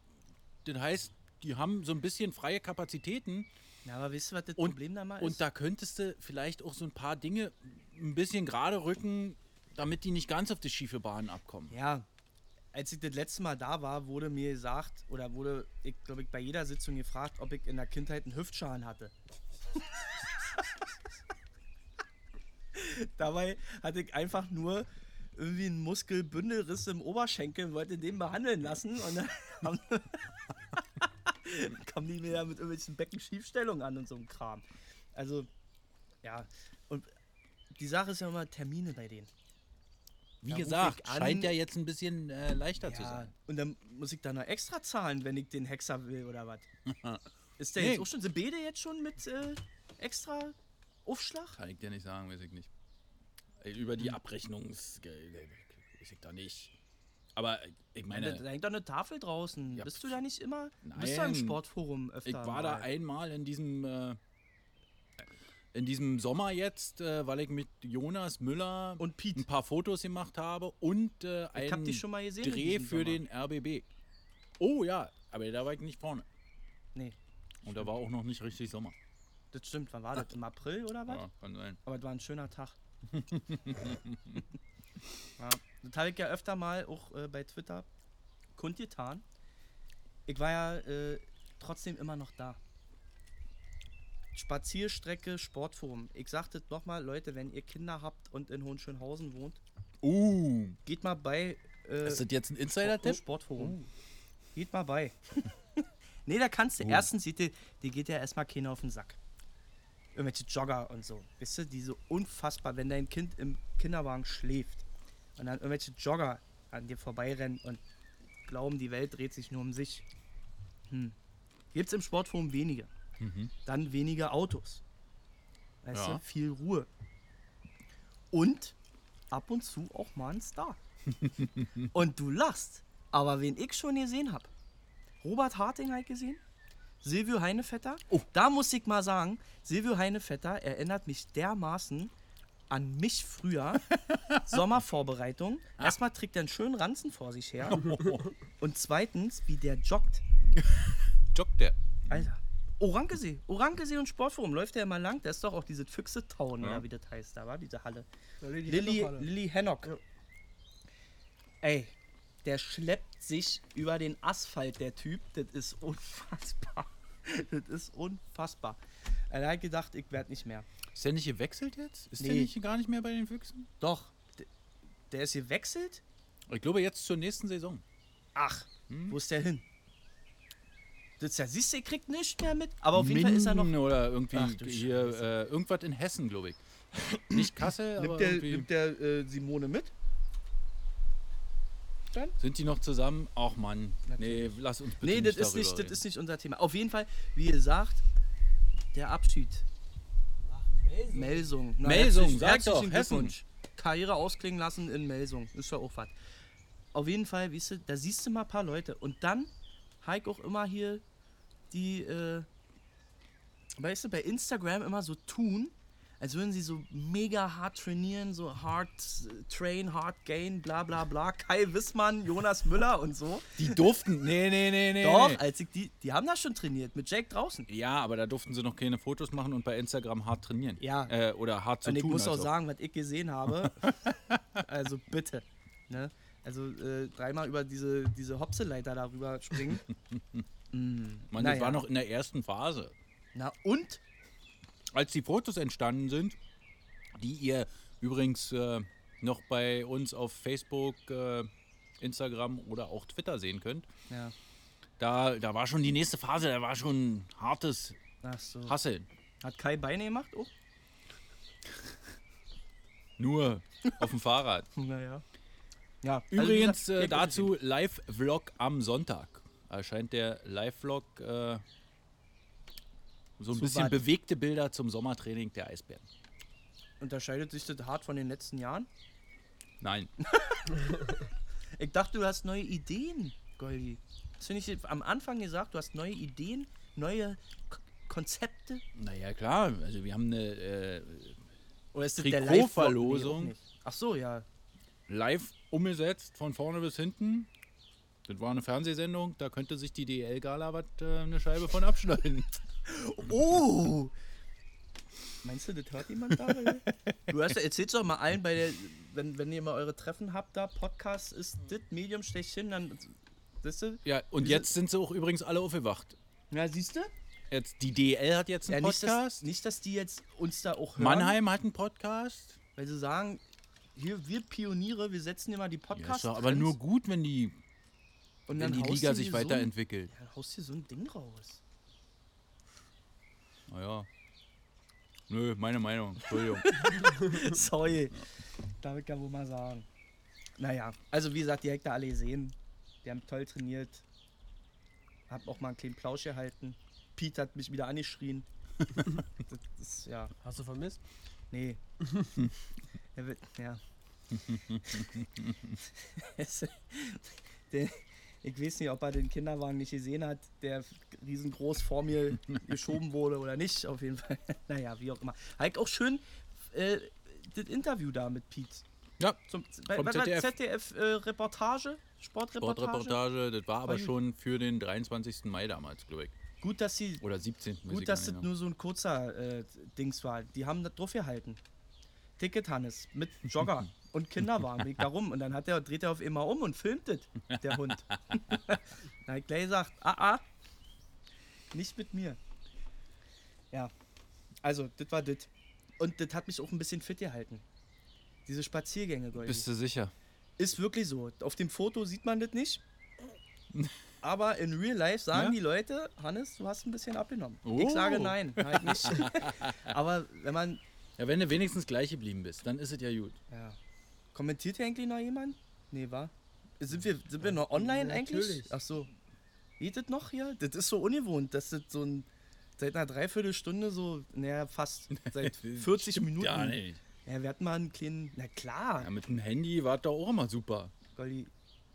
C: das heißt, die haben so ein bisschen freie Kapazitäten
A: Na, aber weißt du, was das
C: und,
A: Problem da mal ist?
C: und da könntest du vielleicht auch so ein paar Dinge ein bisschen gerade rücken, damit die nicht ganz auf die schiefe Bahn abkommen.
A: ja, als ich das letzte Mal da war, wurde mir gesagt, oder wurde, ich glaube ich, bei jeder Sitzung gefragt, ob ich in der Kindheit einen Hüftschaden hatte. Dabei hatte ich einfach nur irgendwie einen Muskelbündelriss im Oberschenkel und wollte den behandeln lassen und dann haben, kamen die mir da mit irgendwelchen Beckenschiefstellungen an und so einem Kram. Also, ja, und die Sache ist ja immer Termine bei denen.
C: Wie
A: Da ruf
C: gesagt,
A: ich an.
C: scheint ja jetzt ein bisschen äh, leichter zu sein.
A: Und dann muss ich da noch extra zahlen, wenn ich den Hexer will oder was? Ist der
C: Nee.
A: jetzt auch schon, sind Bede jetzt schon mit äh, extra Aufschlag?
C: Kann ich dir nicht sagen, weiß ich nicht. Äh, Über
A: Hm.
C: die Abrechnungsgelder äh, weiß ich da nicht. Aber äh, ich
A: Da,
C: meine,
A: da hängt doch eine Tafel draußen.
C: Ja,
A: Bist du da nicht immer? Bist du im
C: Nein.
A: Sportforum öfter?
C: ich war da
A: mal?
C: einmal in diesem, äh, in diesem Sommer jetzt, äh, weil ich mit Jonas Müller
A: Und Piet.
C: ein paar Fotos gemacht habe und äh,
A: Ich hab
C: einen
A: dich schon mal gesehen in
C: Dreh
A: diesem
C: für
A: Sommer.
C: den RBB. Oh ja, aber da war ich nicht vorne.
A: Nee,
C: Und da war auch noch nicht richtig Sommer.
A: das stimmt. Wann war das? Im April oder was?
C: Ja, kann sein.
A: Aber es war ein schöner Tag. ja, das habe ich ja öfter mal auch äh, bei Twitter kundgetan. Ich war ja äh, trotzdem immer noch da. Spazierstrecke, Sportforum. Ich sagte nochmal, Leute, wenn ihr Kinder habt und in Hohenschönhausen wohnt,
C: Uh,
A: geht mal bei äh,
C: ist das jetzt ein Insider-Tipp?
A: Sportforum. Geht mal bei. Oh. nee, da kannst du. Erstens sieht dir, dir geht ja erstmal keiner auf den Sack. Irgendwelche Jogger und so. Weißt du, diese unfassbar, wenn dein Kind im Kinderwagen schläft und dann irgendwelche Jogger an dir vorbeirennen und glauben, die Welt dreht sich nur um sich. Hm. Gibt es im Sportforum wenige. Dann weniger Autos. Weißt
C: Ja.
A: du, viel Ruhe. Und ab und zu auch mal ein Star. Und du lachst. Aber wen ich schon gesehen habe, Robert Harting halt gesehen, Silvio Heinevetter. Da muss ich mal sagen, Silvio Heinevetter erinnert mich dermaßen an mich früher. Sommervorbereitung. Erstmal trägt er einen schönen Ranzen vor sich her. Und zweitens, wie der joggt.
C: Joggt der.
A: Alter. Orankesee, Orankesee und Sportforum läuft der immer lang. Da ist doch auch diese Füchse Town, oder wie das heißt, da war diese Halle.
B: Lilly,
A: Lilly,
B: Hennock-Halle.
A: Lilly Hennock.
B: Ja.
A: Ey, der schleppt sich über den Asphalt, der Typ. Das ist unfassbar. Das ist unfassbar. Er hat gedacht, ich werde nicht mehr.
C: Ist der nicht gewechselt jetzt? Ist der
A: Nee.
C: nicht gar nicht mehr bei den Füchsen?
A: Doch, d- der ist gewechselt?
C: Ich glaube jetzt zur nächsten Saison.
A: Ach, wo ist der hin? Das ist ja, siehst du, ihr kriegt nichts mehr mit. Aber auf jeden Fall ist er noch.
C: Minden Oder irgendwie
A: Ach, du
C: hier, äh, irgendwas in Hessen, glaube ich. Nicht Kassel,
A: Nimmt
C: aber
A: der,
C: irgendwie-
A: nimmt der äh, Simone mit?
C: Sind die noch zusammen? Ach Mann, nee,
A: Natürlich.
C: lass uns bitte
A: Nee, das
C: nicht
A: ist,
C: darüber
A: nicht, das
C: reden.
A: ist nicht unser Thema. Auf jeden Fall, wie gesagt, der Abschied. Melsung. Na,
C: Melsung,
A: herzlich-
C: sag
A: herzlichen
C: doch, Hessen.
A: Glückwunsch. Karriere ausklingen lassen in Melsung. Ist ja auch was. Auf jeden Fall, weißt du, da siehst du mal ein paar Leute. Und dann Heik auch immer hier die, äh, weißt du, bei Instagram immer so tun, als würden sie so mega hart trainieren, so hard äh, train, hard gain, bla bla bla. Kai Wissmann, Jonas Müller und so.
C: Die durften. Nee, nee, nee, nee.
A: Doch,
C: nee.
A: als ich die, die haben das schon trainiert, mit Jake draußen.
C: Ja, aber da durften sie noch keine Fotos machen und bei Instagram hart trainieren.
A: Ja.
C: Äh, oder hart zu
A: Und ich
C: tun.
A: muss auch
C: also.
A: sagen, was ich gesehen habe, also bitte, ne? Also äh, dreimal über diese, diese Hopseleiter darüber springen.
C: Man, das
A: naja.
C: war noch in der ersten Phase.
A: Na und?
C: Als die Fotos entstanden sind, die ihr übrigens äh, noch bei uns auf Facebook, äh, Instagram oder auch Twitter sehen könnt,
A: Ja,
C: da, da war schon die nächste Phase, da war schon hartes
A: ach so.
C: Hasseln.
A: Hat Kai Beine gemacht? Oh,
C: Nur auf dem Fahrrad.
A: naja. Ja, also wie
C: Übrigens
A: gesagt,
C: äh,
A: ich hab gesehen.
C: dazu Live-Vlog am Sonntag. Erscheint der Live-Vlog äh, so ein
A: Zu
C: bisschen
A: was?
C: bewegte Bilder zum Sommertraining der Eisbären.
A: Unterscheidet sich das hart von den letzten Jahren?
C: Nein,
A: Ich dachte, du hast neue Ideen, Goldi. Hast du nicht am Anfang gesagt, du hast neue Ideen, neue K Konzepte?
C: naja klar, also wir haben eine äh,
A: Oder ist das der Live-Vlog? Nee, auch
C: Trikotverlosung
A: nicht. Ach so, ja.
C: live umgesetzt von vorne bis hinten. Das war eine Fernsehsendung, da könnte sich die DL-Gala was äh, eine Scheibe von abschneiden.
A: Oh! Meinst du, das hört jemand da? du hast, erzählst doch mal allen, bei der, wenn, wenn ihr mal eure Treffen habt, da Podcast ist das Medium schlechthin, dann. Siehst du?
C: Ja, und
A: Diese-
C: jetzt sind sie auch übrigens alle aufgewacht.
A: Ja, siehst du?
C: Jetzt, die DL hat jetzt einen
A: Ja, nicht dass,
C: Podcast,
A: nicht, dass die jetzt uns da auch hören.
C: Mannheim hat einen Podcast.
A: Weil sie sagen, hier, wir Pioniere, wir setzen dir mal die
C: Ja, ist
A: Podcasts.
C: doch aber nur gut, wenn die
A: und
C: wenn
A: dann
C: die
A: haust
C: Liga
A: du
C: sich
A: dir
C: weiterentwickelt.
A: So ein, dann haust du dir so ein Ding raus.
C: Naja. Nö, meine Meinung. Entschuldigung.
A: Sorry. Darf ich ja wohl mal sagen. Naja, also wie gesagt, die Hektar alle gesehen. Die haben toll trainiert. Hab auch mal einen kleinen Plausch gehalten. Pete hat mich wieder angeschrien. das ist, ja,
B: Hast du vermisst?
A: nee. Er wird, ja. Es- der, Ich weiß nicht, ob er den Kinderwagen nicht gesehen hat, der riesengroß vor mir geschoben wurde oder nicht. Auf jeden Fall. Naja, wie auch immer. Halt auch schön äh, das Interview da mit Pete.
C: Ja,
A: Zum, bei,
C: Vom
A: bei, ZDF,
C: ZDF.
A: ZDF äh, Reportage, Sportreportage.
C: Sportreportage, das war aber
A: Weiß ich-
C: schon für den 23. Mai damals, glaube ich.
A: Gut, dass sie.
C: Oder 17. weiß ich
A: Gut,
C: gar
A: dass das
C: nicht mehr.
A: nur so ein kurzer äh, Dings war. Die haben das drauf gehalten. Ticket Hannes mit Jogger und Kinderwagen liegt da rum. Und dann hat der, dreht er auf immer um und filmt das, der Hund. da hat gleich gesagt, ah, ah, nicht mit mir. Ja, also, das war das. Und das hat mich auch ein bisschen fit gehalten. Diese Spaziergänge, Goldi.
C: Bist du sicher?
A: Ist wirklich so. Auf dem Foto sieht man das nicht. Aber in real life sagen
C: Ja.
A: die Leute, Hannes, du hast ein bisschen abgenommen. Ich
C: Oh.
A: sage nein, halt nicht. Aber wenn man.
C: Ja, wenn du wenigstens gleich geblieben bist, dann ist es ja gut.
A: Ja. Kommentiert hier eigentlich noch jemand? Nee, war. Sind wir, sind wir noch online eigentlich?
B: Natürlich.
A: Ach so. Geht das noch hier? Das ist so ungewohnt, dass das so ein. Seit einer Dreiviertelstunde so, naja, fast seit 40 Minuten.
C: Ja, nee.
A: Ja, wir hatten mal einen kleinen. Na klar,
C: ja, mit dem Handy war es doch auch immer super.
A: Golli,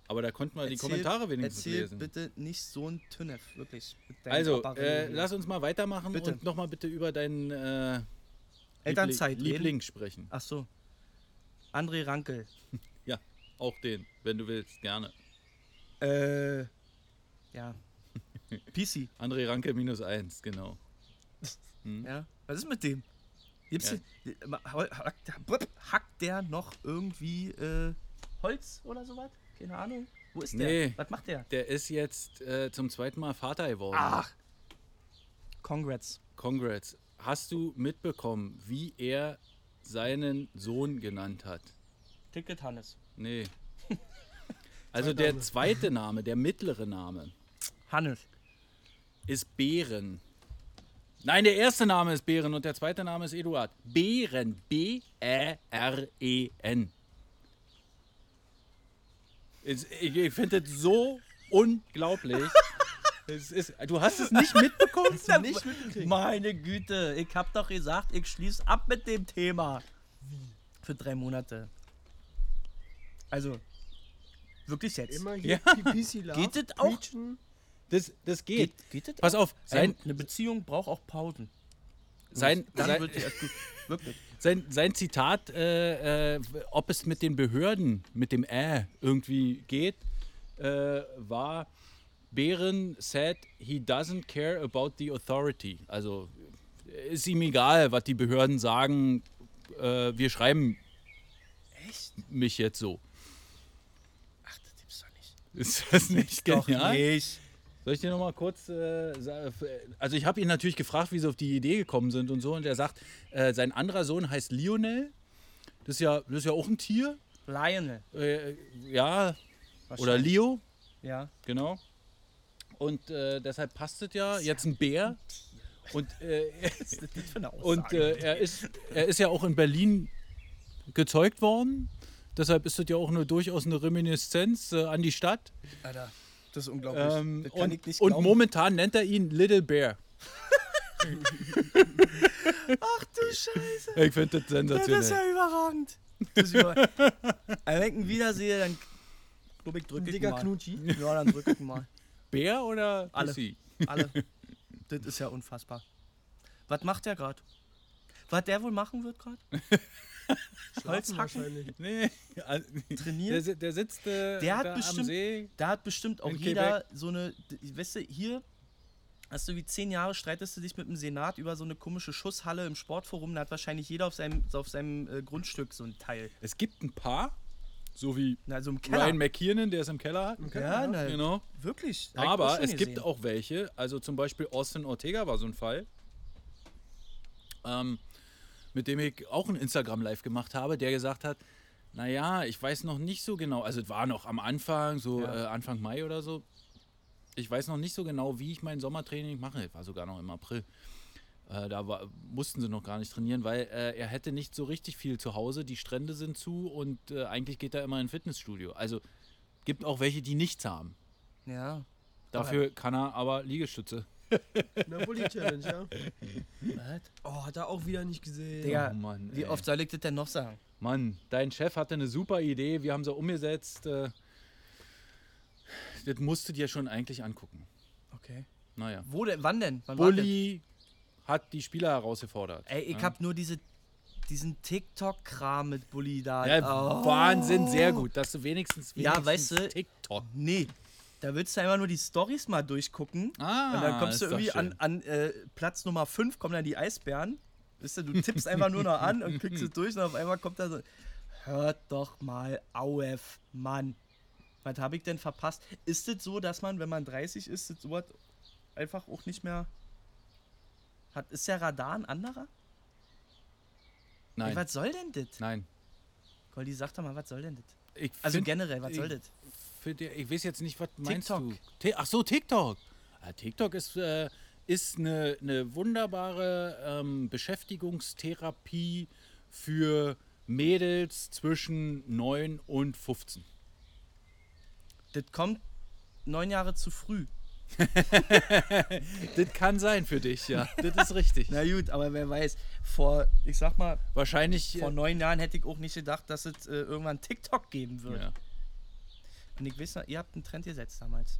C: Aber da konnten wir die
A: Erzähl-
C: Kommentare wenigstens
A: erzähl
C: lesen.
A: bitte nicht so ein Tünnef, wirklich. mit deinem
C: Also,
A: Apparat
C: äh,
A: hier.
C: lass uns mal weitermachen
A: Bitte.
C: und nochmal bitte über deinen äh,
A: Elternzeit
C: Liebling,
A: reden.
C: Liebling sprechen.
A: Ach so. André Rankel.
C: Ja, auch den, wenn du willst, gerne.
A: Äh, ja. PC,
C: André Ranke minus eins, genau.
A: ja. Was ist mit dem? Gibt's
C: Hm. Ja.
A: hier- hau- hackt der- blub, Hackt der noch irgendwie äh, Holz oder sowas? Keine Ahnung. Wo ist der?
C: Nee.
A: Was macht der?
C: Der ist jetzt äh, zum zweiten Mal Vater geworden.
A: Ach. Congrats.
C: Congrats. Hast du mitbekommen, wie er seinen Sohn genannt hat?
A: Ticket Hannes.
C: Nee. Also der
B: Name.
C: zweite Name, der mittlere Name,
A: Hannes.
C: ist Bären. Nein, der erste Name ist Bären und der zweite Name ist Eduard. Bären. B-E-R-E-N. Es- Ich, ich finde das so unglaublich. Es ist, du hast es nicht mitbekommen?
B: Nicht mitgekriegt.
A: Meine Güte, ich hab doch gesagt, ich schließe ab mit dem Thema. Für drei Monate. Also, wirklich jetzt.
B: Immer hier
C: Ja.
B: PPC Love.
A: Geht das auch?
B: preachen.
C: Das, das geht.
A: geht das?
C: Pass auf, sein,
A: Ein, eine Beziehung braucht auch Pausen.
C: sein,
A: Dann
C: sein,
A: wird sie erst gut. Wirklich.
C: sein, sein Zitat, äh, äh, ob es mit den Behörden, mit dem Äh irgendwie geht, äh, war, Bären said he doesn't care about the authority. Also äh, ist ihm egal, was die Behörden sagen, äh, wir schreiben
A: Echt?
C: mich jetzt so.
A: Ach, das gibt's doch nicht.
C: Ist das nicht genial?
A: nicht.
C: Soll ich dir nochmal kurz, äh, sa- also ich habe ihn natürlich gefragt, wie sie auf die Idee gekommen sind und so, und er sagt, äh, sein anderer Sohn heißt Lionel, das ist ja, das ist ja auch ein Tier,
A: Lionel.
C: äh, ja, oder
A: wahrscheinlich.
C: Leo,
A: Ja.
C: genau. Und äh, deshalb passt es ja, jetzt ein Bär. Und, äh,
A: Was ist das für eine Aussage?
C: und äh, er, ist, er ist ja auch in Berlin gezeugt worden. Deshalb ist das ja auch nur durchaus eine Reminiszenz äh, an die Stadt.
A: Alter, das ist unglaublich.
C: Ähm,
A: das kann
C: und,
A: ich nicht
C: und
A: glauben.
C: momentan nennt er ihn Little Bear.
A: Ach du Scheiße.
C: Ich finde das
A: Das
C: sensationell.
A: ist ja überragend. Das ist über Also, wenn ich ihn wiedersehe, dann glaub ich, drück
B: Ein
A: ich
B: dicker
A: mal.
B: Knutschi.
A: Ja, dann drück ich ihn mal.
C: Bär oder
A: Alle.
C: Pussy?
A: Alle. das ist ja unfassbar. Was macht der gerade? Was der wohl machen wird gerade? Holz hacken?
B: Wahrscheinlich.
C: Nee. also- Der,
A: Trainieren?
C: si- der sitzt äh,
A: Der hat
C: da am
A: bestimmt-
C: See.
A: Da hat bestimmt auch
C: In
A: jeder so eine. d- Weißt du, hier hast du wie zehn Jahre streitest du dich mit dem Senat über so eine komische Schusshalle im Sportforum. Da hat wahrscheinlich jeder auf seinem, auf seinem äh, Grundstück so ein Teil.
C: Es gibt ein paar, so wie
A: Na, so im Keller.
C: Ryan McKiernan, der es im Keller hat.
A: ja, na,
C: Genau.
A: wirklich. Hab ich auch
C: Aber
A: schon
C: es gibt
A: gesehen.
C: auch welche, also zum Beispiel Austin Ortega war so ein Fall, ähm, mit dem ich auch ein Instagram-Live gemacht habe, der gesagt hat, naja, ich weiß noch nicht so genau, also es war noch am Anfang, so
A: Ja.
C: äh, Anfang Mai oder so, ich weiß noch nicht so genau, wie ich mein Sommertraining mache, Es war sogar noch im April. Äh, da war, mussten sie noch gar nicht trainieren, weil äh, er hätte nicht so richtig viel zu Hause. Die Strände sind zu und äh, eigentlich geht er immer in ein Fitnessstudio. Also gibt auch welche, die nichts haben. Oh
A: Ja.
C: Dafür kann er aber Liegestütze.
B: Napoli-Challenge, ja.
A: Was?
B: Oh, hat er auch wieder nicht gesehen.
A: Digga,
C: Oh Mann,
A: wie
C: ey.
A: oft soll ich das denn noch sagen?
C: Mann, dein Chef hatte eine super Idee, wir haben sie umgesetzt. Äh, Das musst du dir schon eigentlich angucken.
A: Okay.
C: Naja.
A: Wo denn? Wann denn? Wann war
C: Bulli hat die Spieler herausgefordert. ne?
A: das? Ey, ich
C: Ja.
A: hab nur diese, diesen TikTok-Kram mit Bulli da.
C: Ja,
A: Oh.
C: Wahnsinn, sehr gut, dass du wenigstens,
A: Ja,
C: wenigstens
A: weißt du-
C: TikTok.
A: Nee. Da willst du einfach nur die Stories mal durchgucken.
C: Ah,
A: und dann kommst du
C: ist doch
A: irgendwie an,
C: schön.
A: an äh, Platz Nummer 5 kommen dann die Eisbären. Wisst ihr, du tippst einfach nur noch an und klickst es durch und auf einmal kommt da so. Hört doch mal auf, Mann. Was habe ich denn verpasst? Ist es so, dass man, wenn man 30 ist, das sowas einfach auch nicht mehr hat? Ist der Radar ein anderer? Ey,
C: Nein,
A: was soll denn das?
C: nein.
A: Goldi, sag doch mal, was soll denn das?
C: Ich
A: Also
C: find-
A: generell, was soll
C: ich-
A: das?
C: Für die, ich weiß jetzt nicht, was meinst
A: TikTok.
C: du? Ti- Ach so, TikTok. Ja, TikTok ist, äh, ist eine, eine wunderbare ähm, Beschäftigungstherapie für Mädels zwischen 9 und 15.
A: Das kommt neun Jahre zu früh.
C: Das kann sein für dich, ja. Das ist richtig.
A: Na gut, aber wer weiß, vor, ich sag mal,
C: Wahrscheinlich.
A: Vor
C: äh,
A: neun Jahren hätte ich auch nicht gedacht, dass es äh, irgendwann TikTok geben wird.
C: äh, ja.
A: Und ich weiß noch, ihr habt einen Trend gesetzt damals.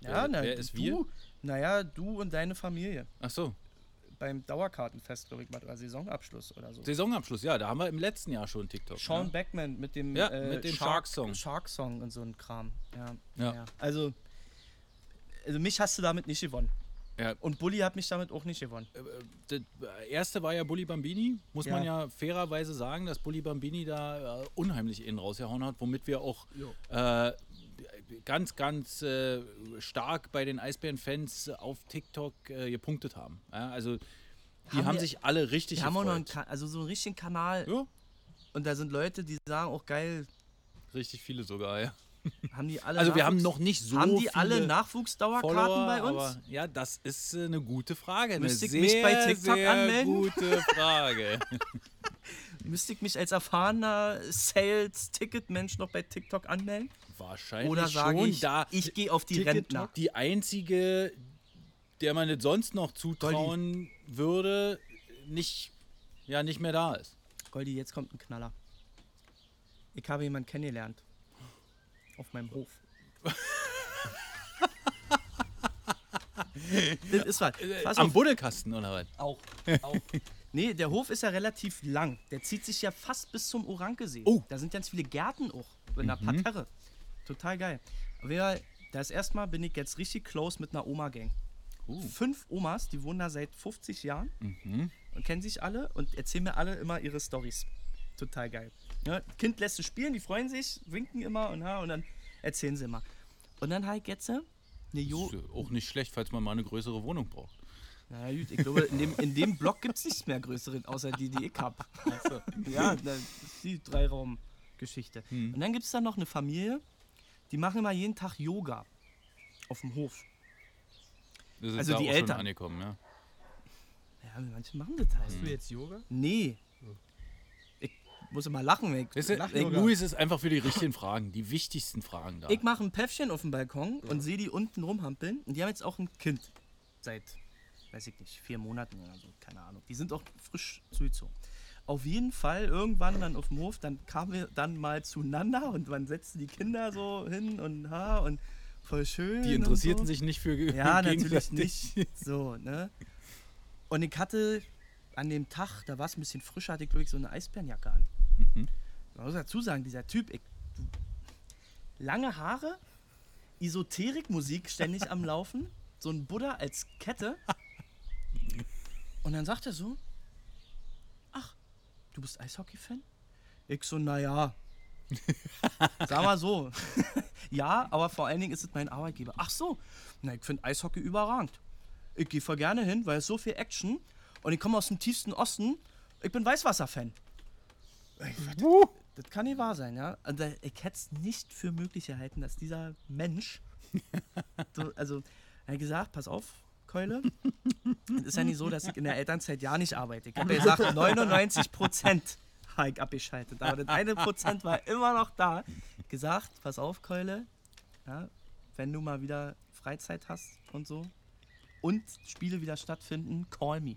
A: Ja,
C: Wer-
A: na,
C: wer ist
A: du,
C: wir?
A: Naja, du und deine Familie.
C: Ach so,
A: Beim Dauerkartenfest, glaube ich, mal, oder Saisonabschluss oder so.
C: Saisonabschluss, ja, da haben wir im letzten Jahr schon TikTok.
A: Sean
C: ne?
A: Beckman mit dem,
C: Ja,
A: äh,
C: mit dem Shark-Song.
A: Shark-Song und so ein Kram. Ja,
C: Ja.
A: ja. Also, also, mich hast du damit nicht gewonnen.
C: Ja.
A: Und Bully hat mich damit auch nicht gewonnen.
C: das äh, erste war ja Bully Bambini, muss
A: Ja.
C: man ja fairerweise sagen, dass Bully Bambini da äh, unheimlich innen rausgehauen hat, womit wir auch äh, ganz, ganz äh, stark bei den Eisbären-Fans auf TikTok äh, gepunktet haben. Ja, also die haben,
A: Haben wir-
C: sich alle richtig
A: Die haben auch noch einen,
C: gefreut.
A: Ka- also so einen richtigen Kanal.
C: Ja,
A: Und da sind Leute, die sagen auch geil,
C: richtig viele sogar, ja.
A: haben die alle.
C: Also wir haben
A: Nachwuchs-
C: noch nicht so
A: Haben die
C: viele
A: alle Nachwuchsdauerkarten
C: Follower,
A: bei uns?
C: Aber, ja, das ist äh, eine gute Frage.
A: Müsste ich
C: eine
A: mich
C: sehr,
A: bei TikTok
C: sehr
A: anmelden?
C: gute Frage.
A: Müsste ich mich als erfahrener Sales-Ticket-Mensch noch bei TikTok anmelden?
C: Wahrscheinlich
A: Oder sage
C: schon
A: ich,
C: da.
A: ich gehe auf die
C: TikTok
A: Rentner?
C: Die einzige, der man es sonst noch zutrauen würde, nicht, ja, nicht mehr da ist.
A: Goldi, jetzt kommt ein Knaller. Ich habe jemanden kennengelernt. Auf meinem Hof. das ist was. Äh, Pass
C: Am
A: auf.
C: Buddelkasten oder was?
A: Auch. auch. Nee, der Hof ist ja relativ lang. Der zieht sich ja fast bis zum Orankesee.
C: Oh. Mhm.
A: Da sind ganz viele Gärten auch in der Parterre. Total geil. Aber ja, das erstmal bin ich jetzt richtig close mit einer Oma-Gang.
C: Oh.
A: Fünf Omas, die wohnen da seit 50 Jahren
C: Mhm.
A: und kennen sich alle und erzählen mir alle immer ihre Stories. Total geil. Ja, kind lässt es spielen, die freuen sich, winken immer und, ja, und dann erzählen sie immer. Und dann halt jetzt äh, eine jo
C: Ist auch nicht schlecht, falls man mal eine größere Wohnung braucht.
A: na gut, ich glaube, in dem, in dem Block gibt es nichts mehr Größeren, außer die, die ich habe. Ja, das ist die Dreiraum-Geschichte. Und dann gibt es da noch eine Familie, die machen immer jeden Tag Yoga auf dem Hof.
C: Das ist
A: Also
C: da
A: die
C: auch
A: Eltern.
C: schon angekommen, ja.
A: Ja, manche machen das halt.
B: Hast du jetzt Yoga?
A: Nee. Ich muss immer lachen, wenn ich,
C: Weißt du,
A: lachen
C: ey,
A: Yoga.
C: Luis ist einfach für die richtigen Fragen, die wichtigsten Fragen da.
A: Ich mache ein Päffchen auf dem Balkon und sehe die unten rumhampeln. Und die haben jetzt auch ein Kind. Seit, weiß ich nicht, vier Monaten oder so. Keine Ahnung. Die sind auch frisch zugezogen. Auf jeden Fall irgendwann dann auf dem Hof, dann kamen wir dann mal zueinander und man setzte die Kinder so hin und ha und voll schön.
C: die interessierten
A: und so.
C: sich nicht für ge-
A: Ja, natürlich
C: gegenseitig.
A: nicht. So, ne? Und ich hatte an dem Tag, da war es ein bisschen frischer, hatte ich glaube ich so eine Eisbärenjacke an. Man muss dazu sagen, dieser Typ, ich, lange Haare, Esoterikmusik ständig am Laufen, so ein Buddha als Kette. Und dann sagt er so: Ach, du bist Eishockey-Fan? Ich so, naja. Sag mal so. ja, aber vor allen Dingen ist es mein Arbeitgeber. Ach so, na, ich finde Eishockey überragend. Ich gehe voll gerne hin, weil es so viel Action und ich komme aus dem tiefsten Osten. Ich bin Weißwasser-Fan. Das kann nicht wahr sein, ja. Also, ich hätte es nicht für möglich erhalten, dass dieser Mensch. So, also, er hat gesagt: Pass auf, Keule. Es ist ja nicht so, dass ich in der Elternzeit ja nicht arbeite. Ich habe ja gesagt, 99 Prozent habe ich abgeschaltet. Aber das eine Prozent war immer noch da. Gesagt: Pass auf, Keule. Ja, wenn du mal wieder Freizeit hast und so und Spiele wieder stattfinden, call me.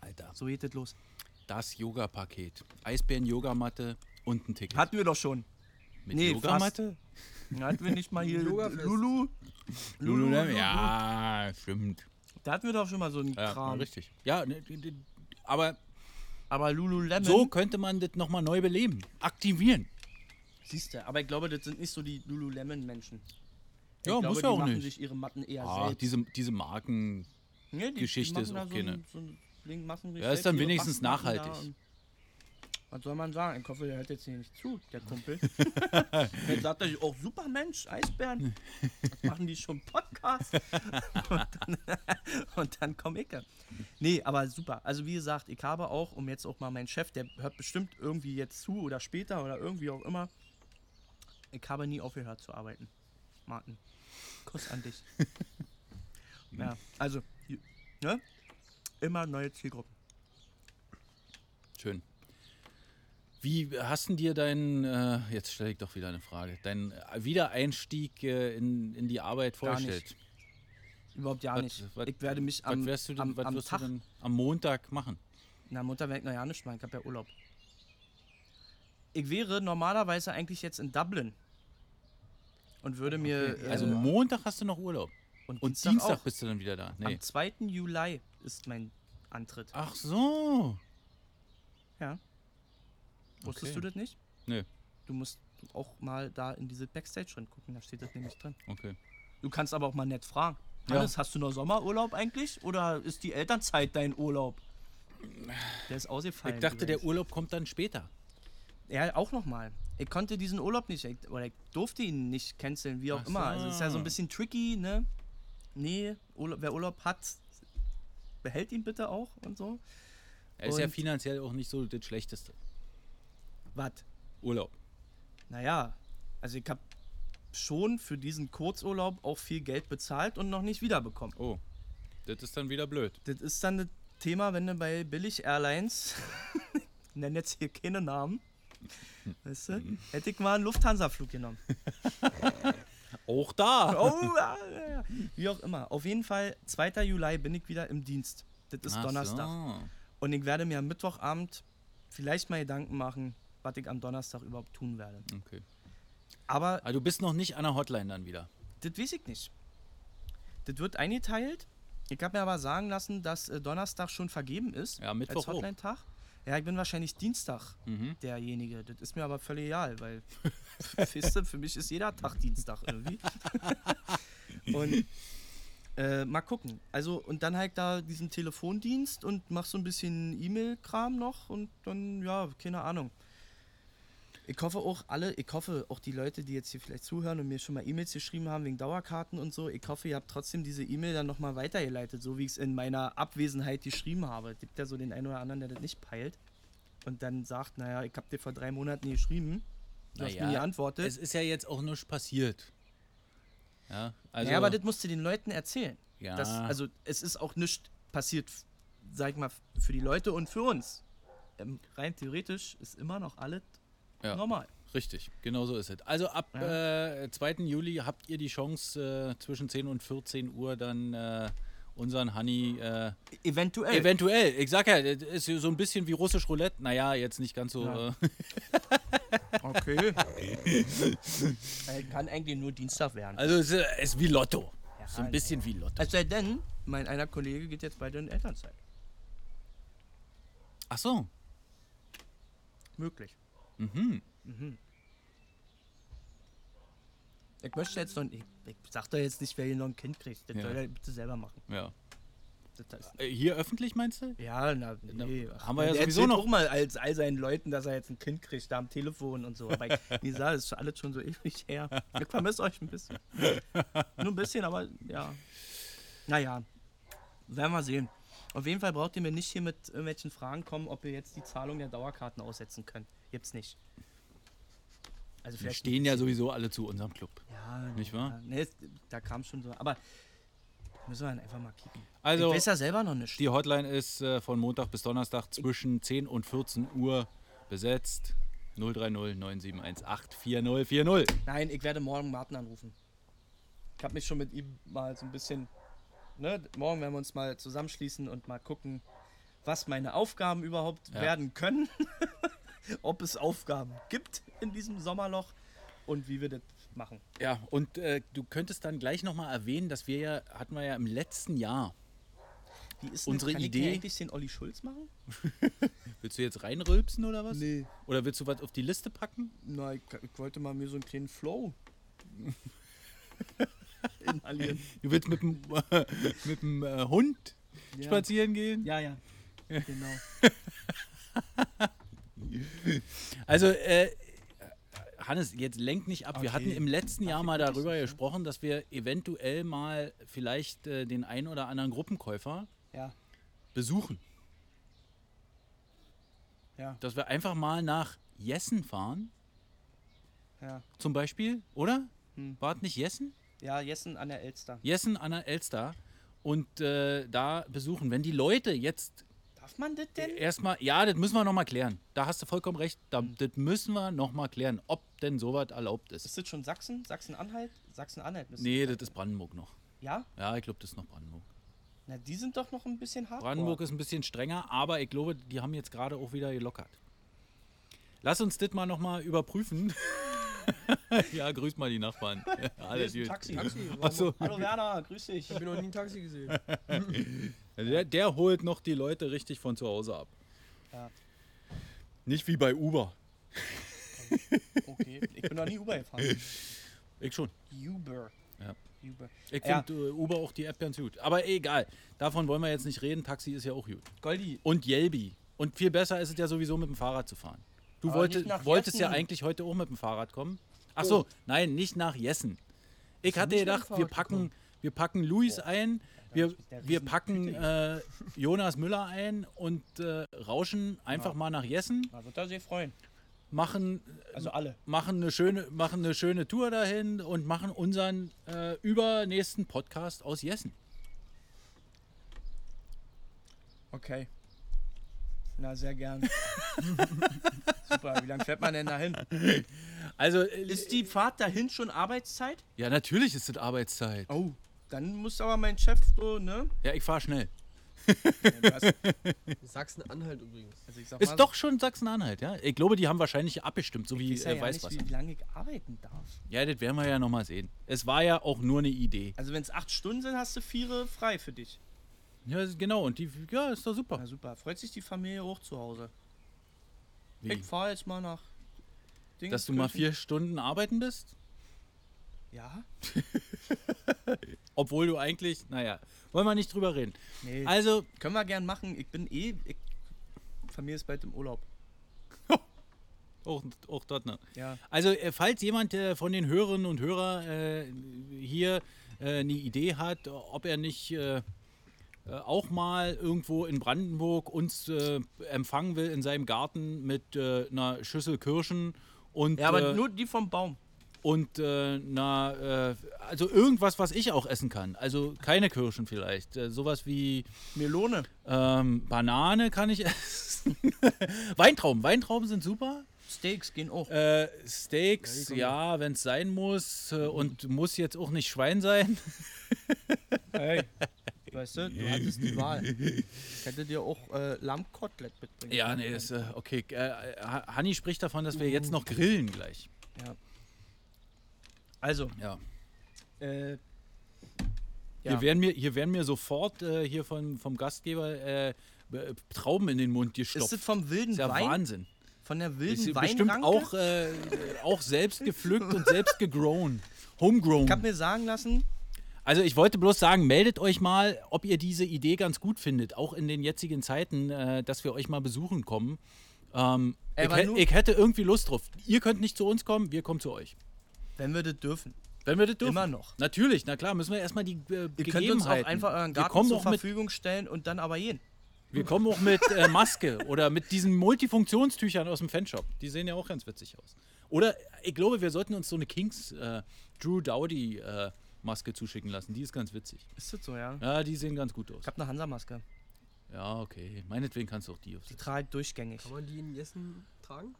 C: Alter,
A: So geht das los.
C: das Yoga-Paket. Eisbären-Yogamatte und ein Ticket.
A: Hatten wir doch schon.
C: Mit
A: Nee,
C: Yogamatte?
A: Da hatten wir nicht mal hier
B: Yoga-Fest.
A: Lulu.
C: Lulu, ja, stimmt.
A: Da hatten wir doch schon mal so einen
C: Ja,
A: Kram.
C: richtig. Ja, ne, die- die- aber
A: Aber Lululemon.
C: so könnte man das nochmal neu beleben. Aktivieren.
A: Siehst du, aber ich glaube, das sind nicht so die Lululemon-Menschen. Ich
C: Ja,
A: glaube,
C: muss
A: die
C: ja auch
A: machen
C: nicht.
A: sich ihre Matten eher
C: Ah,
A: selbst.
C: diese, diese Marken.
A: Nee, die-
C: Geschichte
A: die
C: ist
A: machen da
C: auch
A: so
C: keine.
A: ein- so ein Ding, machen sich
C: Ja, ist
A: selbst
C: dann
A: ihre
C: wenigstens
A: Bastmatten da
C: nachhaltig.
A: und- Was soll man sagen? Ich hoffe, der hört jetzt hier nicht zu, der Kumpel. Jetzt sagt er sich, oh, super Mensch, Eisbären. Was machen die schon Podcast? und dann, und dann komm ich. da. Nee, aber super. Also wie gesagt, ich habe auch, um jetzt auch mal meinen Chef, der hört bestimmt irgendwie jetzt zu oder später oder irgendwie auch immer. Ich habe nie aufgehört zu arbeiten. Martin, Kuss an dich. ja, also, ne? Immer neue Zielgruppen.
C: Schön. Wie hast denn dir dein, äh, jetzt stelle ich doch wieder eine Frage, dein äh, Wiedereinstieg äh, in, in die Arbeit
A: Gar nicht.
C: vorgestellt?
A: Überhaupt ja
C: Was-
A: nicht.
C: was-
A: ich werde mich
C: was
A: am,
C: wirst du denn,
A: am,
C: was
A: am
C: wirst
A: Tag.
C: du denn am Montag machen?
A: Na, Mutter werde ich noch ja nicht machen. Ich habe ja Urlaub. Ich wäre normalerweise eigentlich jetzt in Dublin. Und würde mir. Äh,
C: Also Montag hast du noch Urlaub
A: und,
C: und
A: Dienstag,
C: Dienstag,
A: auch.
C: bist du dann wieder da. Nee.
A: Am 2. Juli ist mein Antritt.
C: Ach so.
A: Ja. Wusstest du
C: Okay.
A: das nicht?
C: Nö.
A: Du musst auch mal da in diese Backstage drin gucken. Da steht das nämlich drin.
C: Okay.
A: Du kannst aber auch mal nett fragen.
C: Ja.
A: Hannes, hast du noch Sommerurlaub eigentlich? Oder ist die Elternzeit dein Urlaub? Der ist ausgefallen.
C: Ich dachte,
A: übrigens.
C: der Urlaub kommt dann später.
A: Ja, auch nochmal. Ich konnte diesen Urlaub nicht, ich, oder ich durfte ihn nicht canceln, wie auch
C: Ach
A: immer. Also es ist ja so
C: so.
A: ein bisschen tricky, ne? Nee, Urlaub, wer Urlaub hat, behält ihn bitte auch und so.
C: Er ist ja
A: Und-
C: finanziell auch nicht so das Schlechteste.
A: Was?
C: Urlaub.
A: Naja, also ich habe schon für diesen Kurzurlaub auch viel Geld bezahlt und noch nicht wiederbekommen.
C: Oh. Das ist dann wieder blöd.
A: Das ist dann das Thema, wenn du bei Billig Airlines, ich nenne jetzt hier keine Namen, weißt du, hätte ich mal einen Lufthansa-Flug genommen.
C: Auch da.
A: Oh, ja, ja, ja. Wie auch immer. Auf jeden Fall, 2. Juli bin ich wieder im Dienst. Das ist
C: Ach
A: Donnerstag.
C: So.
A: Und ich werde mir am Mittwochabend vielleicht mal Gedanken machen, was ich am Donnerstag überhaupt tun werde.
C: Okay.
A: Aber
C: Aber du bist noch nicht an der Hotline dann wieder.
A: das weiß ich nicht. Das wird eingeteilt. Ich habe mir aber sagen lassen, dass äh, Donnerstag schon vergeben ist.
C: Ja, Mittwoch
A: Als
C: auch.
A: Hotline-Tag. Ja, ich bin wahrscheinlich Dienstag
C: Mhm.
A: derjenige. Das ist mir aber völlig egal, weil weißt du, für mich ist jeder Tag Dienstag irgendwie. und äh, mal gucken. Also, und dann halt da diesen Telefondienst und mach so ein bisschen E-Mail-Kram noch und dann, ja, keine Ahnung. Ich hoffe auch alle, ich hoffe auch die Leute, die jetzt hier vielleicht zuhören und mir schon mal E-Mails geschrieben haben wegen Dauerkarten und so, ich hoffe, ihr habt trotzdem diese E-Mail dann nochmal weitergeleitet, so wie ich es in meiner Abwesenheit geschrieben habe. Es gibt ja so den einen oder anderen, der das nicht peilt und dann sagt, naja, ich habe dir vor drei Monaten geschrieben, du hast mir
C: Naja,
A: nie geantwortet.
C: Es ist ja jetzt auch nichts passiert. Ja, also.
A: ja, aber das musst du den Leuten erzählen.
C: Ja.
A: Das, also es ist auch nichts passiert, f- sag ich mal, f- für die Leute und für uns. Ähm, rein theoretisch ist immer noch alles
C: Ja.
A: normal.
C: Richtig, genau so ist es. Also ab äh, 2. Juli habt ihr die Chance, äh, zwischen 10 und 14 Uhr dann äh, unseren Honey. Äh,
A: Eventuell.
C: eventuell, ich sag ja, das ist so ein bisschen wie russisch Roulette. Naja, jetzt nicht ganz so.
A: Ja.
C: Äh,
A: okay. Äh, Kann eigentlich nur Dienstag werden.
C: also es ist, ist wie Lotto.
A: Ja,
C: so ein bisschen wie Lotto.
A: Es sei denn, mein einer Kollege geht jetzt beide in Elternzeit.
C: Ach so.
A: Möglich.
C: Mhm.
A: Ich möchte jetzt noch, ich, ich sag doch jetzt nicht, wer hier noch ein Kind kriegt. Das
C: Ja.
A: soll er bitte selber machen.
C: Ja.
A: Das ist,
C: Äh, Hier öffentlich meinst du?
A: ja, na,
C: Na,
A: nee. Ach,
C: haben wir ja
A: der
C: sowieso
A: erzählt
C: noch.
A: auch mal als all seinen Leuten, dass er jetzt ein Kind kriegt, da am Telefon und so. Aber ich- wie gesagt, das ist alles schon so ewig her. Ich vermisse euch ein bisschen. Nur ein bisschen, aber ja. Naja, werden wir sehen. Auf jeden Fall braucht ihr mir nicht hier mit irgendwelchen Fragen kommen, ob ihr jetzt die Zahlung der Dauerkarten aussetzen könnt. Gibt's nicht. Also
C: Wir
A: vielleicht
C: stehen ja sowieso alle zu unserem Club.
A: Ja,
C: Nicht wahr?
A: Ja, nee, es- da kam schon so. Aber müssen wir dann einfach mal kicken.
C: Also,
A: ich weiß ja selber noch nicht.
C: Die Hotline ist äh, von Montag bis Donnerstag zwischen 10 und 14 Uhr besetzt. 030 9718 4040.
A: Nein, ich werde morgen Martin anrufen. Ich habe mich schon mit ihm mal so ein bisschen. Ne, morgen werden wir uns mal zusammenschließen und mal gucken, was meine Aufgaben überhaupt
C: Ja.
A: werden können. Ob es Aufgaben gibt in diesem Sommerloch. und wie wir das machen.
C: Ja, und äh, du könntest dann gleich nochmal erwähnen, dass wir ja, hatten wir ja im letzten Jahr,
A: Wie ist
C: Unsere
A: kann Ich
C: Idee-
A: mir eigentlich den Olli Schulz machen?
C: willst du jetzt reinrülpsen oder was?
A: Nee,
C: Oder willst du was auf die Liste packen?
A: na, ich, ich wollte mal mir so einen kleinen Flow inhalieren.
C: Du willst mit dem, mit dem äh, Hund
A: Ja.
C: spazieren gehen?
A: Ja, ja. Genau.
C: Also, äh, Hannes, jetzt lenk nicht ab. Wir
A: Okay.
C: hatten im letzten Jahr mal
A: ich
C: darüber
A: nicht, ne?
C: gesprochen, dass wir eventuell mal vielleicht äh, den einen oder anderen Gruppenkäufer
A: Ja,
C: besuchen.
A: ja,
C: Dass wir einfach mal nach Jessen fahren,
A: ja.
C: zum Beispiel, oder?
A: Hm.
C: War es nicht Jessen?
A: Ja, Jessen an der Elster.
C: Jessen an der Elster. Und äh, da besuchen. Wenn die Leute jetzt
A: Darf man das denn?
C: erstmal, ja, das müssen wir nochmal klären. Da hast du vollkommen recht. Da,
A: Hm.
C: Das müssen wir nochmal klären, ob denn sowas erlaubt ist.
A: Ist das schon Sachsen? Sachsen-Anhalt? Sachsen-Anhalt müssen.
C: Nee, das ist Brandenburg noch.
A: Ja?
C: Ja, ich glaube, das ist noch Brandenburg.
A: Na, die sind doch noch ein bisschen hart.
C: Brandenburg ist ein bisschen strenger, aber ich glaube, die haben jetzt gerade auch wieder gelockert. Lass uns das mal nochmal überprüfen. ja, grüß mal die Nachbarn. Alles
A: Hier ist ein
C: gut.
A: Taxi.
B: Taxi, warum-
C: Achso,
A: Hallo Werner, grüß dich.
B: Ich habe noch nie ein Taxi gesehen.
C: der, der holt noch die Leute richtig von zu Hause ab.
A: Ja.
C: Nicht wie bei Uber.
A: Okay, ich bin noch nie Uber gefahren.
C: Ich schon.
A: Uber.
C: Ja.
A: Uber.
C: Ich
A: Ja.
C: finde äh, Uber auch die App ganz gut. Aber egal, davon wollen wir jetzt nicht reden. Taxi ist ja auch gut.
A: Goldi,
C: Und Yelby. Und viel besser ist es ja sowieso mit dem Fahrrad zu fahren. Du
A: Aber
C: wollte,
A: nicht nach
C: wolltest ja
A: Jessen.
C: eigentlich heute auch mit dem Fahrrad kommen. Ach so, nein, nicht nach Jessen. Ich hatte
B: nicht mit dem
C: gedacht, wir
B: Fahrrad
C: packen, wir packen Luis ein, wir,
A: ich mit der
C: wir
A: riesen
C: packen
A: Tüte
C: äh, Jonas Müller ein und äh, rauschen einfach mal nach Jessen,
A: man wird da sehr freuen.
C: machen,
A: Also alle.
C: machen, eine, schöne, machen eine schöne Tour dahin und machen unseren äh, übernächsten Podcast aus Jessen.
A: Okay. Na, sehr gern. Super, wie lange fährt man denn dahin?
C: Also, äh,
A: Ist die Fahrt dahin schon Arbeitszeit?
C: ja, natürlich ist das Arbeitszeit.
A: Oh, dann muss aber mein Chef so, ne?
C: Ja, ich fahre schnell.
B: Sachsen-Anhalt übrigens.
A: Also ich sag
C: Ist doch schon Sachsen-Anhalt, ja? Ich glaube, die haben wahrscheinlich abgestimmt, so wie
A: ich weiß ja, ja
C: äh,
A: nicht,
C: Weißwasser.
A: wie lange ich arbeiten darf.
C: ja, das werden wir ja nochmal sehen. Es war ja auch nur eine Idee.
A: Also wenn es acht Stunden sind, hast du vier frei für dich.
C: Ja, genau, und die, ja, ist doch super.
A: Na super, freut sich die Familie auch zu Hause.
C: Wie?
A: Ich fahr jetzt mal nach. Ding-
C: Dass du mal vier Stunden arbeiten bist,
A: Ja?
C: obwohl du eigentlich, naja, wollen wir nicht drüber reden.
A: Nee.
C: Also,
A: Können wir gern machen. Ich bin eh. Ich, Familie ist bald im Urlaub.
C: auch, auch dort, ne?
A: Ja.
C: Also, äh, falls jemand äh, von den Hörerinnen und Hörer äh, hier äh, eine Idee hat, ob er nicht äh, äh, auch mal irgendwo in Brandenburg uns äh, empfangen will in seinem Garten mit äh, einer Schüssel Kirschen und,
A: Ja, aber
C: äh,
A: nur die vom Baum.
C: und äh, einer, äh, also irgendwas, was ich auch essen kann. Also keine Kirschen vielleicht. Äh, sowas wie
A: Melone.
C: ähm, Banane kann ich essen. Weintrauben. Weintrauben sind super.
A: Steaks gehen auch.
C: Äh, Steaks, ja, wenn es sein muss. Äh, und muss jetzt auch nicht Schwein sein.
A: Hey. Weißt du, du hattest die Wahl. Ich hätte dir auch äh, Lammkotelett mitbringen
C: Ja,
A: können.
C: nee, ist äh, okay. Äh, Ha- Hanni spricht davon, dass wir jetzt noch grillen gleich.
A: Also,
C: Ja.
A: äh,
C: Hier,
A: Ja.
C: werden mir, hier werden mir sofort äh, hier von, vom Gastgeber äh, äh, Trauben in den Mund
A: ist
C: gestopft.
A: das vom wilden
C: ist ja
A: Wein?
C: Wahnsinn.
A: Von der
C: Ist
A: wilden
C: bestimmt
A: Weinranke?
C: auch, äh, auch selbst gepflückt und selbst gegrown. Homegrown.
A: Ich habe mir sagen lassen,
C: Also ich wollte bloß sagen, meldet euch mal, ob ihr diese Idee ganz gut findet, auch in den jetzigen Zeiten, äh, dass wir euch mal besuchen kommen. Ähm,
A: Ey,
C: ich,
A: aber
C: hä-
A: nur-
C: ich hätte irgendwie Lust drauf. Ihr könnt nicht zu uns kommen, wir kommen zu euch.
A: wenn wir das dürfen.
C: Wenn wir das dürfen.
A: Immer noch.
C: Natürlich, na klar, müssen wir erstmal die äh,
A: Ihr könnt uns auch einfach euren
C: wir
A: Garten
C: kommen
A: zur
C: auch mit,
A: Verfügung stellen und dann aber jeden.
C: Wir kommen auch mit äh, Maske oder mit diesen Multifunktionstüchern aus dem Fanshop. Die sehen ja auch ganz witzig aus. Oder ich glaube, wir sollten uns so eine Kings äh, Drew Dowdy äh, Maske zuschicken lassen. Die ist ganz witzig.
A: Ist das so, ja?
C: Ja, die sehen ganz gut aus.
A: Ich habe eine Hansa-Maske.
C: Ja, okay. Meinetwegen kannst du auch die
A: Die
C: aufsetzen.
A: trage ich durchgängig.
B: Kann man die in Jessen tragen?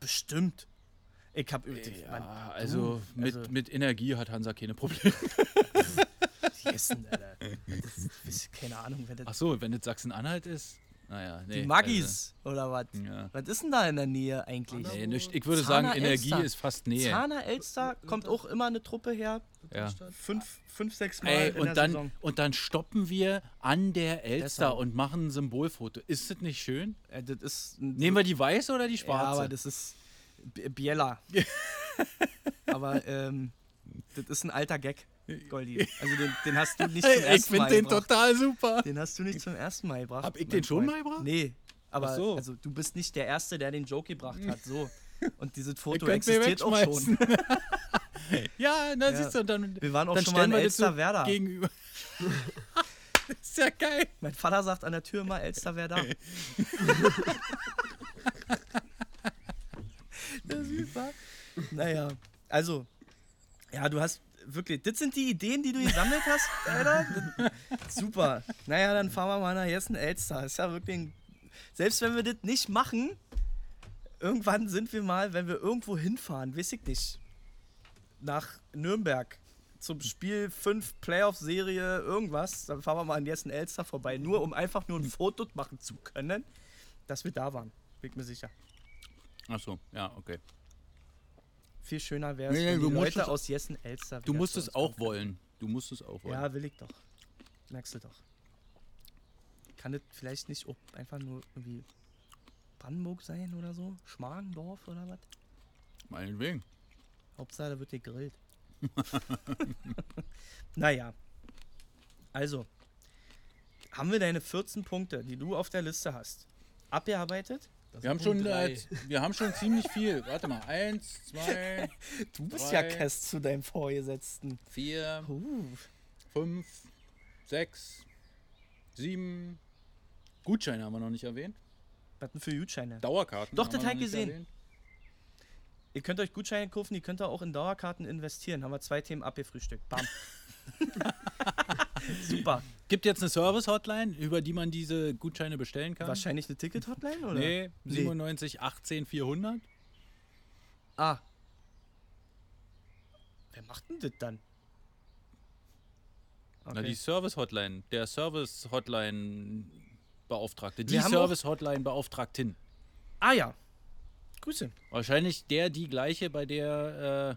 A: Bestimmt. Ich habe übrigens. Mann,
C: Ja, also, mit,
A: also-
C: mit Energie hat Hansa keine Probleme.
A: die Essen, Alter. Das ist, keine Ahnung, wer das.
C: Ach so, wenn es Sachsen-Anhalt ist. Naja, nee.
A: Die Maggis oder was?
C: Also, ja.
A: Was ist denn da in der Nähe eigentlich?
C: Nee, nicht. Ich würde
A: Zahner
C: sagen, Energie
A: Elster.
C: ist fast Nähe.
A: Zahner Elster kommt auch immer eine Truppe her.
C: Ja.
A: Fünf, fünf sechs Mal
C: Ey,
A: in der
C: und dann,
A: Saison.
C: und dann stoppen wir an der Elster
A: Deshalb.
C: und machen ein Symbolfoto. Ist das nicht schön?
A: Äh, das ist ein-
C: Nehmen wir die weiße oder die
A: Ja,
C: schwarze?
A: aber das ist B- Biella. aber ähm, das ist ein alter Gag, Goldi. Also den, den hast du nicht zum
C: ich
A: ersten
C: finde
A: Mal
C: den
A: gebracht.
C: total super.
A: Den hast du nicht zum ersten Mal gebracht.
C: Hab ich
A: mein
C: den schon
A: Freund.
C: mal gebracht?
A: Nee, aber
C: Ach so.
A: also, du bist nicht der Erste, der den Joke gebracht hat. So. Und dieses
C: Ihr
A: Foto
C: könnt mir
A: existiert auch schon.
C: wegschmeißen. ja, na
A: Ja.
C: siehst du, und dann,
A: Wir waren auch
C: dann
A: schon mal
C: stellen
A: in
C: wir das so
A: Elsterwerda.
C: gegenüber. das ist ja geil.
A: Mein Vater sagt an der Tür immer, Elster wäre da. das ist süß, wa? Naja, also, ja, du hast wirklich, das sind die Ideen, die du gesammelt hast, Alter. Das, super. Naja, dann fahren wir mal nach Hessen Elster. Ist ja wirklich, ein, selbst wenn wir das nicht machen, irgendwann sind wir mal, wenn wir irgendwo hinfahren, weiß ich nicht, nach Nürnberg zum Spiel 5 Playoff-Serie irgendwas, dann fahren wir mal an Jessen Elster vorbei, nur um einfach
C: Hm.
A: nur ein Foto machen zu können, dass wir da waren. Bin ich mir sicher.
C: Achso, ja, okay.
A: Viel schöner wäre es,
C: Nee, nee,
A: wenn
C: du
A: die
C: musst es-
A: Leute aus Jessen Elster
C: Du
A: wieder
C: musst
A: zu
C: es
A: uns
C: auch wollen. Du musst es auch
A: kommen.
C: wollen.
A: Ja, will ich doch. Merkst du doch. Kann das vielleicht nicht auch einfach nur irgendwie Brandenburg sein oder so? Schmargendorf oder was?
C: Meinetwegen.
A: Hauptsache, da wird gegrillt. naja. Also, haben wir deine 14 Punkte, die du auf der Liste hast, abgearbeitet?
C: Wir haben, schon, äh, wir haben schon ziemlich viel. Warte mal. Eins, zwei,
A: Du bist
C: Drei.
A: ja Kess zu deinem Vorgesetzten.
C: vier,
A: Uh,
C: fünf, sechs, sieben. Gutscheine haben wir noch nicht erwähnt.
A: was denn für Gutscheine?
C: Dauerkarten.
A: Doch,
C: haben
A: das
C: wir
A: hat
C: noch nicht
A: gesehen.
C: erwähnt.
A: Ihr könnt euch Gutscheine kaufen, die könnt ihr auch in Dauerkarten investieren. Haben wir zwei Themen abgefrühstückt. Bam. Super.
C: Gibt jetzt eine Service-Hotline, über die man diese Gutscheine bestellen kann?
A: Wahrscheinlich eine Ticket-Hotline, oder?
C: Nee, 97 18 400.
A: Ah. Wer macht denn das dann?
C: Na, die Service-Hotline. Der Service-Hotline-Beauftragte. Die
A: Wir haben auch-
C: Service-Hotline-Beauftragtin.
A: Ah ja. Grüße.
C: Wahrscheinlich der, die gleiche, bei der äh,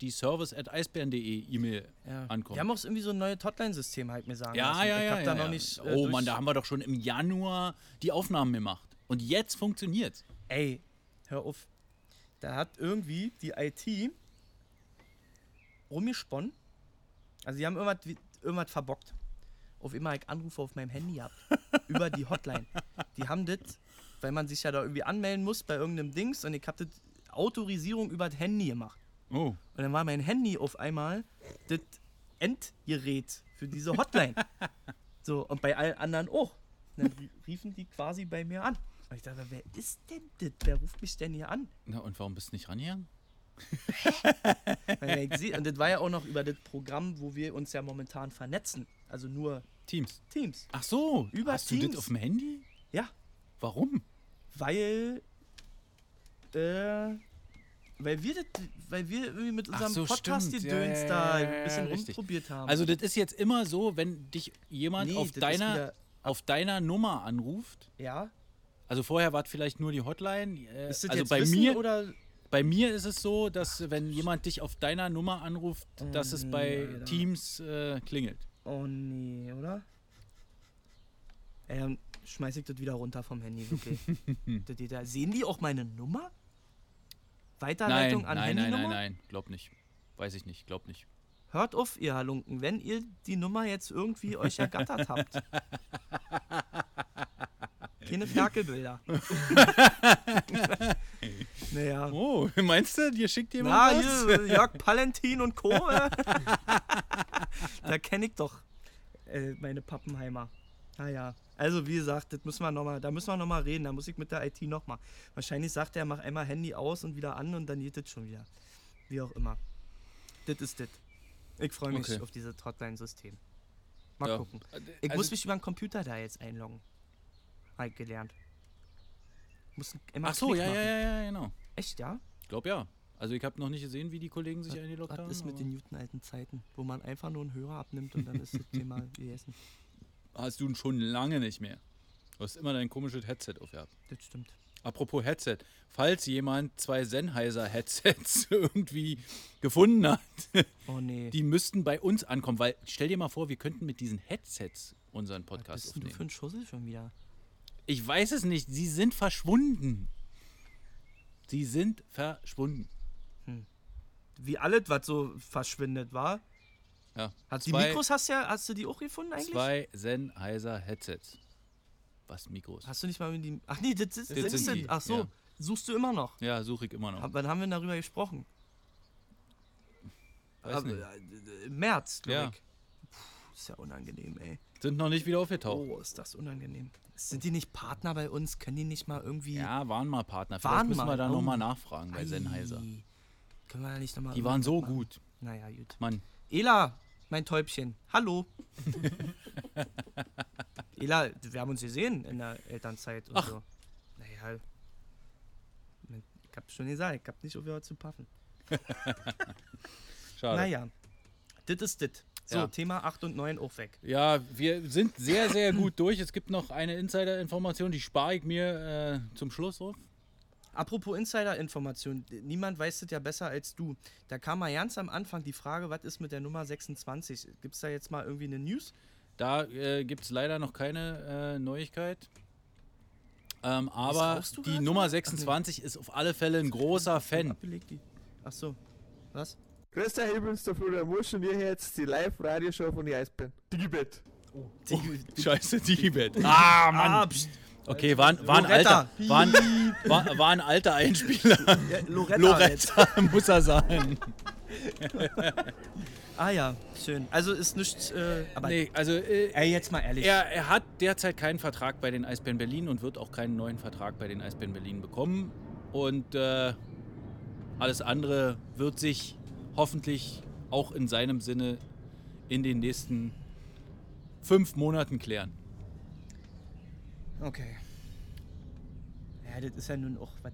C: die Service at eisbären.de E-Mail
A: Ja.
C: ankommt.
A: Wir haben auch irgendwie so ein neues Hotline-System halt mir sagen
C: ja,
A: lassen.
C: ja,
A: ich
C: ja.
A: hab
C: ja,
A: da
C: ja.
A: noch nicht. äh,
C: oh
A: durch-
C: Mann, da haben wir doch schon im Januar die Aufnahmen gemacht. Und jetzt funktioniert's.
A: Ey, hör auf. Da hat irgendwie die IT rumgesponnen. Also die haben irgendwas, wie- irgendwas verbockt. Auf immer ich Anrufe auf meinem Handy gehabt. über die Hotline. Die haben das, weil man sich ja da irgendwie anmelden muss bei irgendeinem Dings und ich hab das Autorisierung über das Handy gemacht.
C: Oh.
A: Und dann war mein Handy auf einmal das Endgerät für diese Hotline. so, und bei allen anderen auch. Und dann rie- riefen die quasi bei mir an. Und ich dachte, wer ist denn das? Wer ruft mich denn hier an?
C: Na, und warum bist du nicht rangegangen?
A: Weil ich seh- und das war ja auch noch über das Programm, wo wir uns ja momentan vernetzen. Also nur
C: Teams.
A: Teams.
C: Ach so,
A: Über
C: hast du
A: Teams.
C: das auf dem Handy?
A: Ja,
C: Warum?
A: weil. Äh, weil wir, das, weil wir irgendwie mit
C: Ach
A: unserem
C: so,
A: podcast
C: stimmt.
A: die
C: Ja,
A: Döns
C: ja,
A: da
C: ja, ja,
A: ein bisschen
C: ja, richtig.
A: rumprobiert haben.
C: Also das ist jetzt immer so, wenn dich jemand
A: Nee,
C: auf,
A: das ist
C: deiner,
A: wieder-
C: auf deiner Nummer anruft.
A: ja,
C: Also vorher war es vielleicht nur die Hotline. Äh,
A: ist das
C: also
A: jetzt
C: bei
A: Wissen
C: mir
A: oder
C: Bei mir ist es so, dass wenn jemand dich auf deiner Nummer anruft, dass es bei
A: Alter.
C: Teams äh, klingelt.
A: Oh nee, oder? Ey, dann schmeiß ich das wieder runter vom Handy, wirklich. das geht ja. Sehen die auch meine Nummer?
C: Nein,
A: Weiterleitung an
C: nein, nein,
A: Handynummer?
C: nein, nein, glaub nicht. Weiß ich nicht, glaub nicht.
A: Hört auf, ihr Halunken, wenn ihr die Nummer jetzt irgendwie euch ergattert habt. Keine Ferkelbilder. naja.
C: Oh, meinst du, dir schickt jemand
A: Na,
C: was?
A: hier, Jörg Palentin und Co. äh. da kenne ich doch äh, meine Pappenheimer. Naja, also wie gesagt, das müssen wir noch mal, da müssen wir nochmal reden. Da muss ich mit der IT nochmal. Wahrscheinlich sagt er, mach einmal Handy aus und wieder an und dann geht das schon wieder. Wie auch immer. Das ist das. Ich freue mich
C: Okay.
A: auf dieses Hotline-System. Mal
C: Ja.
A: gucken.
C: Also-
A: Ich muss mich über den Computer da jetzt einloggen. Hab ich gelernt. Muss immer
C: Ach so,
A: Klick
C: ja,
A: machen.
C: ja, ja, ja, genau.
A: Echt, ja?
C: Ich glaube ja. Also ich habe noch nicht gesehen, wie die Kollegen sich eingeloggt haben.
A: Was ist mit
C: aber-
A: den guten alten Zeiten, wo man einfach nur einen Hörer abnimmt und dann ist das Thema gegessen?
C: Hast du schon lange nicht mehr. Du hast immer dein komisches Headset auf, ja.
A: Das stimmt.
C: Apropos Headset. Falls jemand zwei Sennheiser-Headsets irgendwie gefunden hat,
A: Oh nee.
C: die müssten bei uns ankommen. Weil stell dir mal vor, wir könnten mit diesen Headsets unseren
A: Was
C: Podcast
A: bist denn du für
C: aufnehmen.
A: ein Schussel schon wieder?
C: Ich weiß es nicht. Sie sind verschwunden. Sie sind verschwunden.
A: Wie alles, was so verschwindet, war?
C: Ja.
A: Hast die
C: Zwei-
A: Mikros hast, ja, hast du die auch gefunden eigentlich?
C: Zwei Sennheiser Headsets. Was Mikros?
A: Hast du nicht mal mit dem. Ach nee, das, ist-
C: Das
A: das
C: sind
A: ist.
C: die,
A: Ach so,
C: ja.
A: suchst du immer noch.
C: Ja, suche ich immer noch.
A: Ab, wann haben wir denn darüber gesprochen?
C: Weiß
A: Ab-
C: nicht.
A: äh, Im März, glaube
C: Ja.
A: ich. Puh, ist ja unangenehm, ey.
C: Sind noch nicht wieder aufgetaucht.
A: Oh, ist das unangenehm. Sind die nicht Partner bei uns? Können die nicht mal irgendwie.
C: Ja, waren mal Partner. Vielleicht
A: Waren
C: müssen wir
A: mal,
C: da
A: oh.
C: nochmal nachfragen bei
A: Ei,
C: Sennheiser.
A: Können wir da nicht nochmal.
C: Die waren so gut.
A: Naja, gut.
C: Mann,
A: Ela, mein Täubchen. Hallo. Ela, wir haben uns gesehen in der Elternzeit und
C: Ach.
A: so. Naja. Ich hab schon gesagt, ich hab nicht aufgehört zu paffen.
C: schade.
A: Naja. Dit ist dit. So,
C: Ja.
A: Thema 8 und 9 auch weg.
C: Ja, wir sind sehr, sehr gut durch. Es gibt noch eine Insider-Information, die spare ich mir äh, zum Schluss auf.
A: Apropos Insider-Information, niemand weiß das ja besser als du. Da kam mal ganz am Anfang die Frage, was ist mit der Nummer 26? Gibt's da jetzt mal irgendwie eine News?
C: Da äh, gibt es leider noch keine äh, Neuigkeit. Ähm, aber
A: rauchst du
C: die
A: gerade?
C: Nummer 26 ist auf alle Fälle ein großer Fan. Oh.
A: Abgelegt die. Ach so. Was?
E: Grüß dich, ich bin's, der Florian Musch und ihr hört jetzt die Live-Radioshow von E die Eisbären. Digibet.
A: Oh,
C: Scheiße, Tibet. Ah, Mann.
A: ah, pst.
C: Okay, war, ein- war, ein alter, war, ein, war, war ein alter Einspieler.
A: Ja, Loretta. jetzt.
C: Loretta muss er sein.
A: Ah ja, schön. Also ist nichts. Äh, aber
C: Nee, also äh,
A: ey, jetzt mal ehrlich.
C: Er, er hat derzeit keinen Vertrag bei den Eisbären Berlin und wird auch keinen neuen Vertrag bei den Eisbären Berlin bekommen. Und äh, alles andere wird sich hoffentlich auch in seinem Sinne in den nächsten fünf Monaten klären.
A: Okay. Ja, das ist ja nun auch was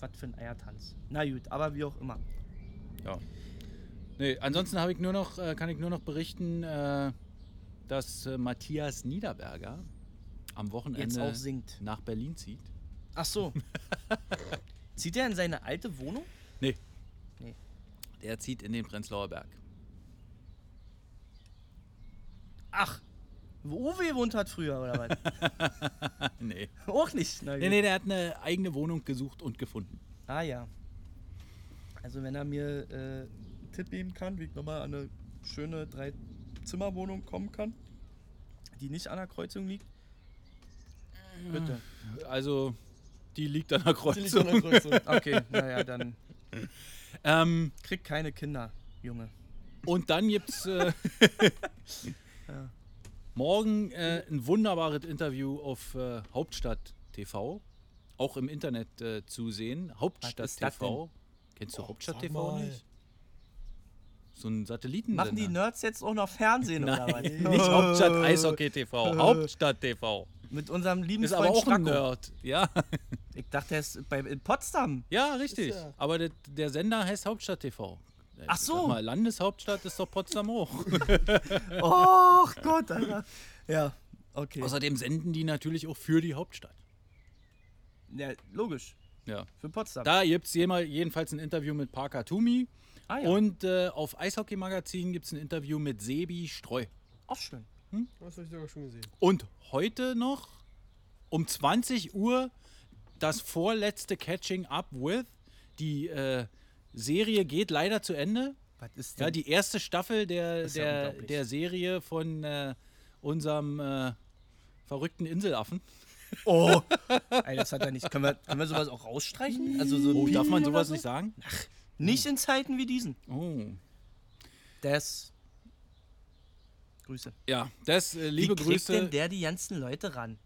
A: was für ein Eiertanz. Na gut, aber wie auch immer.
C: Ja. Nee, ansonsten habe ich nur noch, äh, kann ich nur noch berichten, äh, dass äh, Matthias Niederberger am
A: Jetzt
C: Wochenende
A: auch singt.
C: nach Berlin zieht.
A: Ach so. Zieht er in seine alte Wohnung?
C: Nee.
A: Nee.
C: Der zieht in den Prenzlauer Berg.
A: Ach, wo Uwe gewohnt hat früher oder was?
C: Nee.
A: auch nicht. Na gut.
C: Nee, nee, der hat eine eigene Wohnung gesucht und gefunden.
A: Ah ja. Also wenn er mir äh, einen Tipp geben kann, wie ich nochmal an eine schöne Drei-Zimmer-Wohnung kommen kann, die nicht an der Kreuzung liegt. Bitte.
C: Also, die liegt an der
A: Die liegt an der
C: Kreuzung.
A: Kreuzung. Okay, naja, dann
C: Ähm,
A: krieg keine Kinder, Junge.
C: und dann gibt's äh,
A: Ja.
C: morgen äh, ein wunderbares Interview auf äh, Hauptstadt TV. Auch im Internet äh, zu sehen. Hauptstadt
A: ist das Oh,
C: TV. Kennst du Hauptstadt
A: sag
C: TV
A: mal.
C: nicht? So ein Satelliten.
A: Machen die Nerds jetzt auch noch Fernsehen oder was? Oh.
C: Nein, nicht Hauptstadt Eishockey TV. Hauptstadt TV.
A: Mit unserem lieben
C: Ist
A: Freund
C: aber auch ein
A: Stacko.
C: Nerd. Ja,
A: Ich dachte, er ist bei, in Potsdam.
C: ja richtig.
B: ja-
C: Aber der, der Sender heißt Hauptstadt TV.
A: Ach
C: Sag
A: so.
C: mal, Landeshauptstadt ist doch Potsdam auch.
A: Och Gott, Alter. Ja, okay.
C: Außerdem senden die natürlich auch für die Hauptstadt.
A: Ja, logisch.
C: Ja.
A: Für Potsdam.
C: Da gibt es jedenfalls ein Interview mit Parker Tumi.
A: ah, ja.
C: Und äh, auf Eishockey Magazin gibt es ein Interview mit Sebi Streu.
A: Auch schön.
B: Das habe ich sogar schon gesehen.
C: Und heute noch um 20 Uhr das vorletzte Catching Up with. Die äh, Serie geht leider zu Ende.
A: Was ist
C: Ja, die erste Staffel der,
A: Das ist ja
C: der,
A: unglaublich.
C: der Serie von äh, unserem äh, verrückten Inselaffen.
A: Oh! Ey, das hat er nicht. Können wir, können wir sowas auch rausstreichen? Also so
C: Oh, darf
A: piepen
C: man
A: oder
C: sowas
A: so?
C: nicht sagen?
A: Nicht in Zeiten wie diesen.
C: Oh.
A: Das. Grüße.
C: Ja, das, äh, liebe
A: Wie kriegt
C: Grüße.
A: denn der die ganzen Leute ran?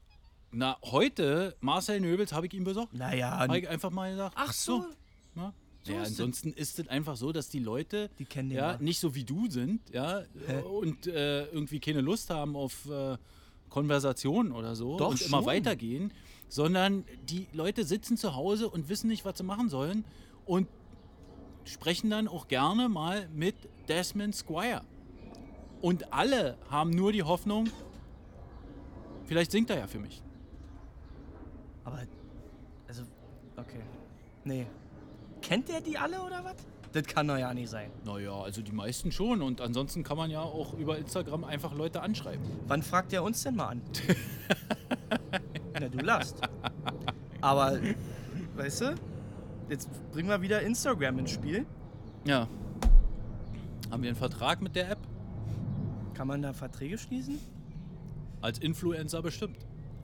C: Na, heute, Marcel Nöbels, habe ich ihm besorgt.
A: Naja,
C: Habe ich einfach mal gesagt.
A: ach so.
C: Na?
A: ne? so
C: ja,
A: ist es.
C: ansonsten ist es einfach so, dass die Leute
A: Die kennen den
C: ja,
A: Markt.
C: nicht so wie du sind ja, und äh, irgendwie keine Lust haben auf äh, Konversationen oder so
A: Doch
C: und immer
A: schon.
C: weitergehen, sondern die Leute sitzen zu Hause und wissen nicht, was sie machen sollen und sprechen dann auch gerne mal mit Desmond Squire. Und alle haben nur die Hoffnung, vielleicht singt er ja für mich.
A: Aber, also, okay. Nee. Kennt der die alle oder was? Das kann doch ja nicht sein.
C: Naja, also die meisten schon. Und ansonsten kann man ja auch über Instagram einfach Leute anschreiben.
A: Wann fragt er uns denn mal an? Na, du lachst. Aber, weißt du, jetzt bringen wir wieder Instagram ins Spiel.
C: Ja. Haben wir einen Vertrag mit der App?
A: Kann man da Verträge schließen?
C: Als Influencer bestimmt.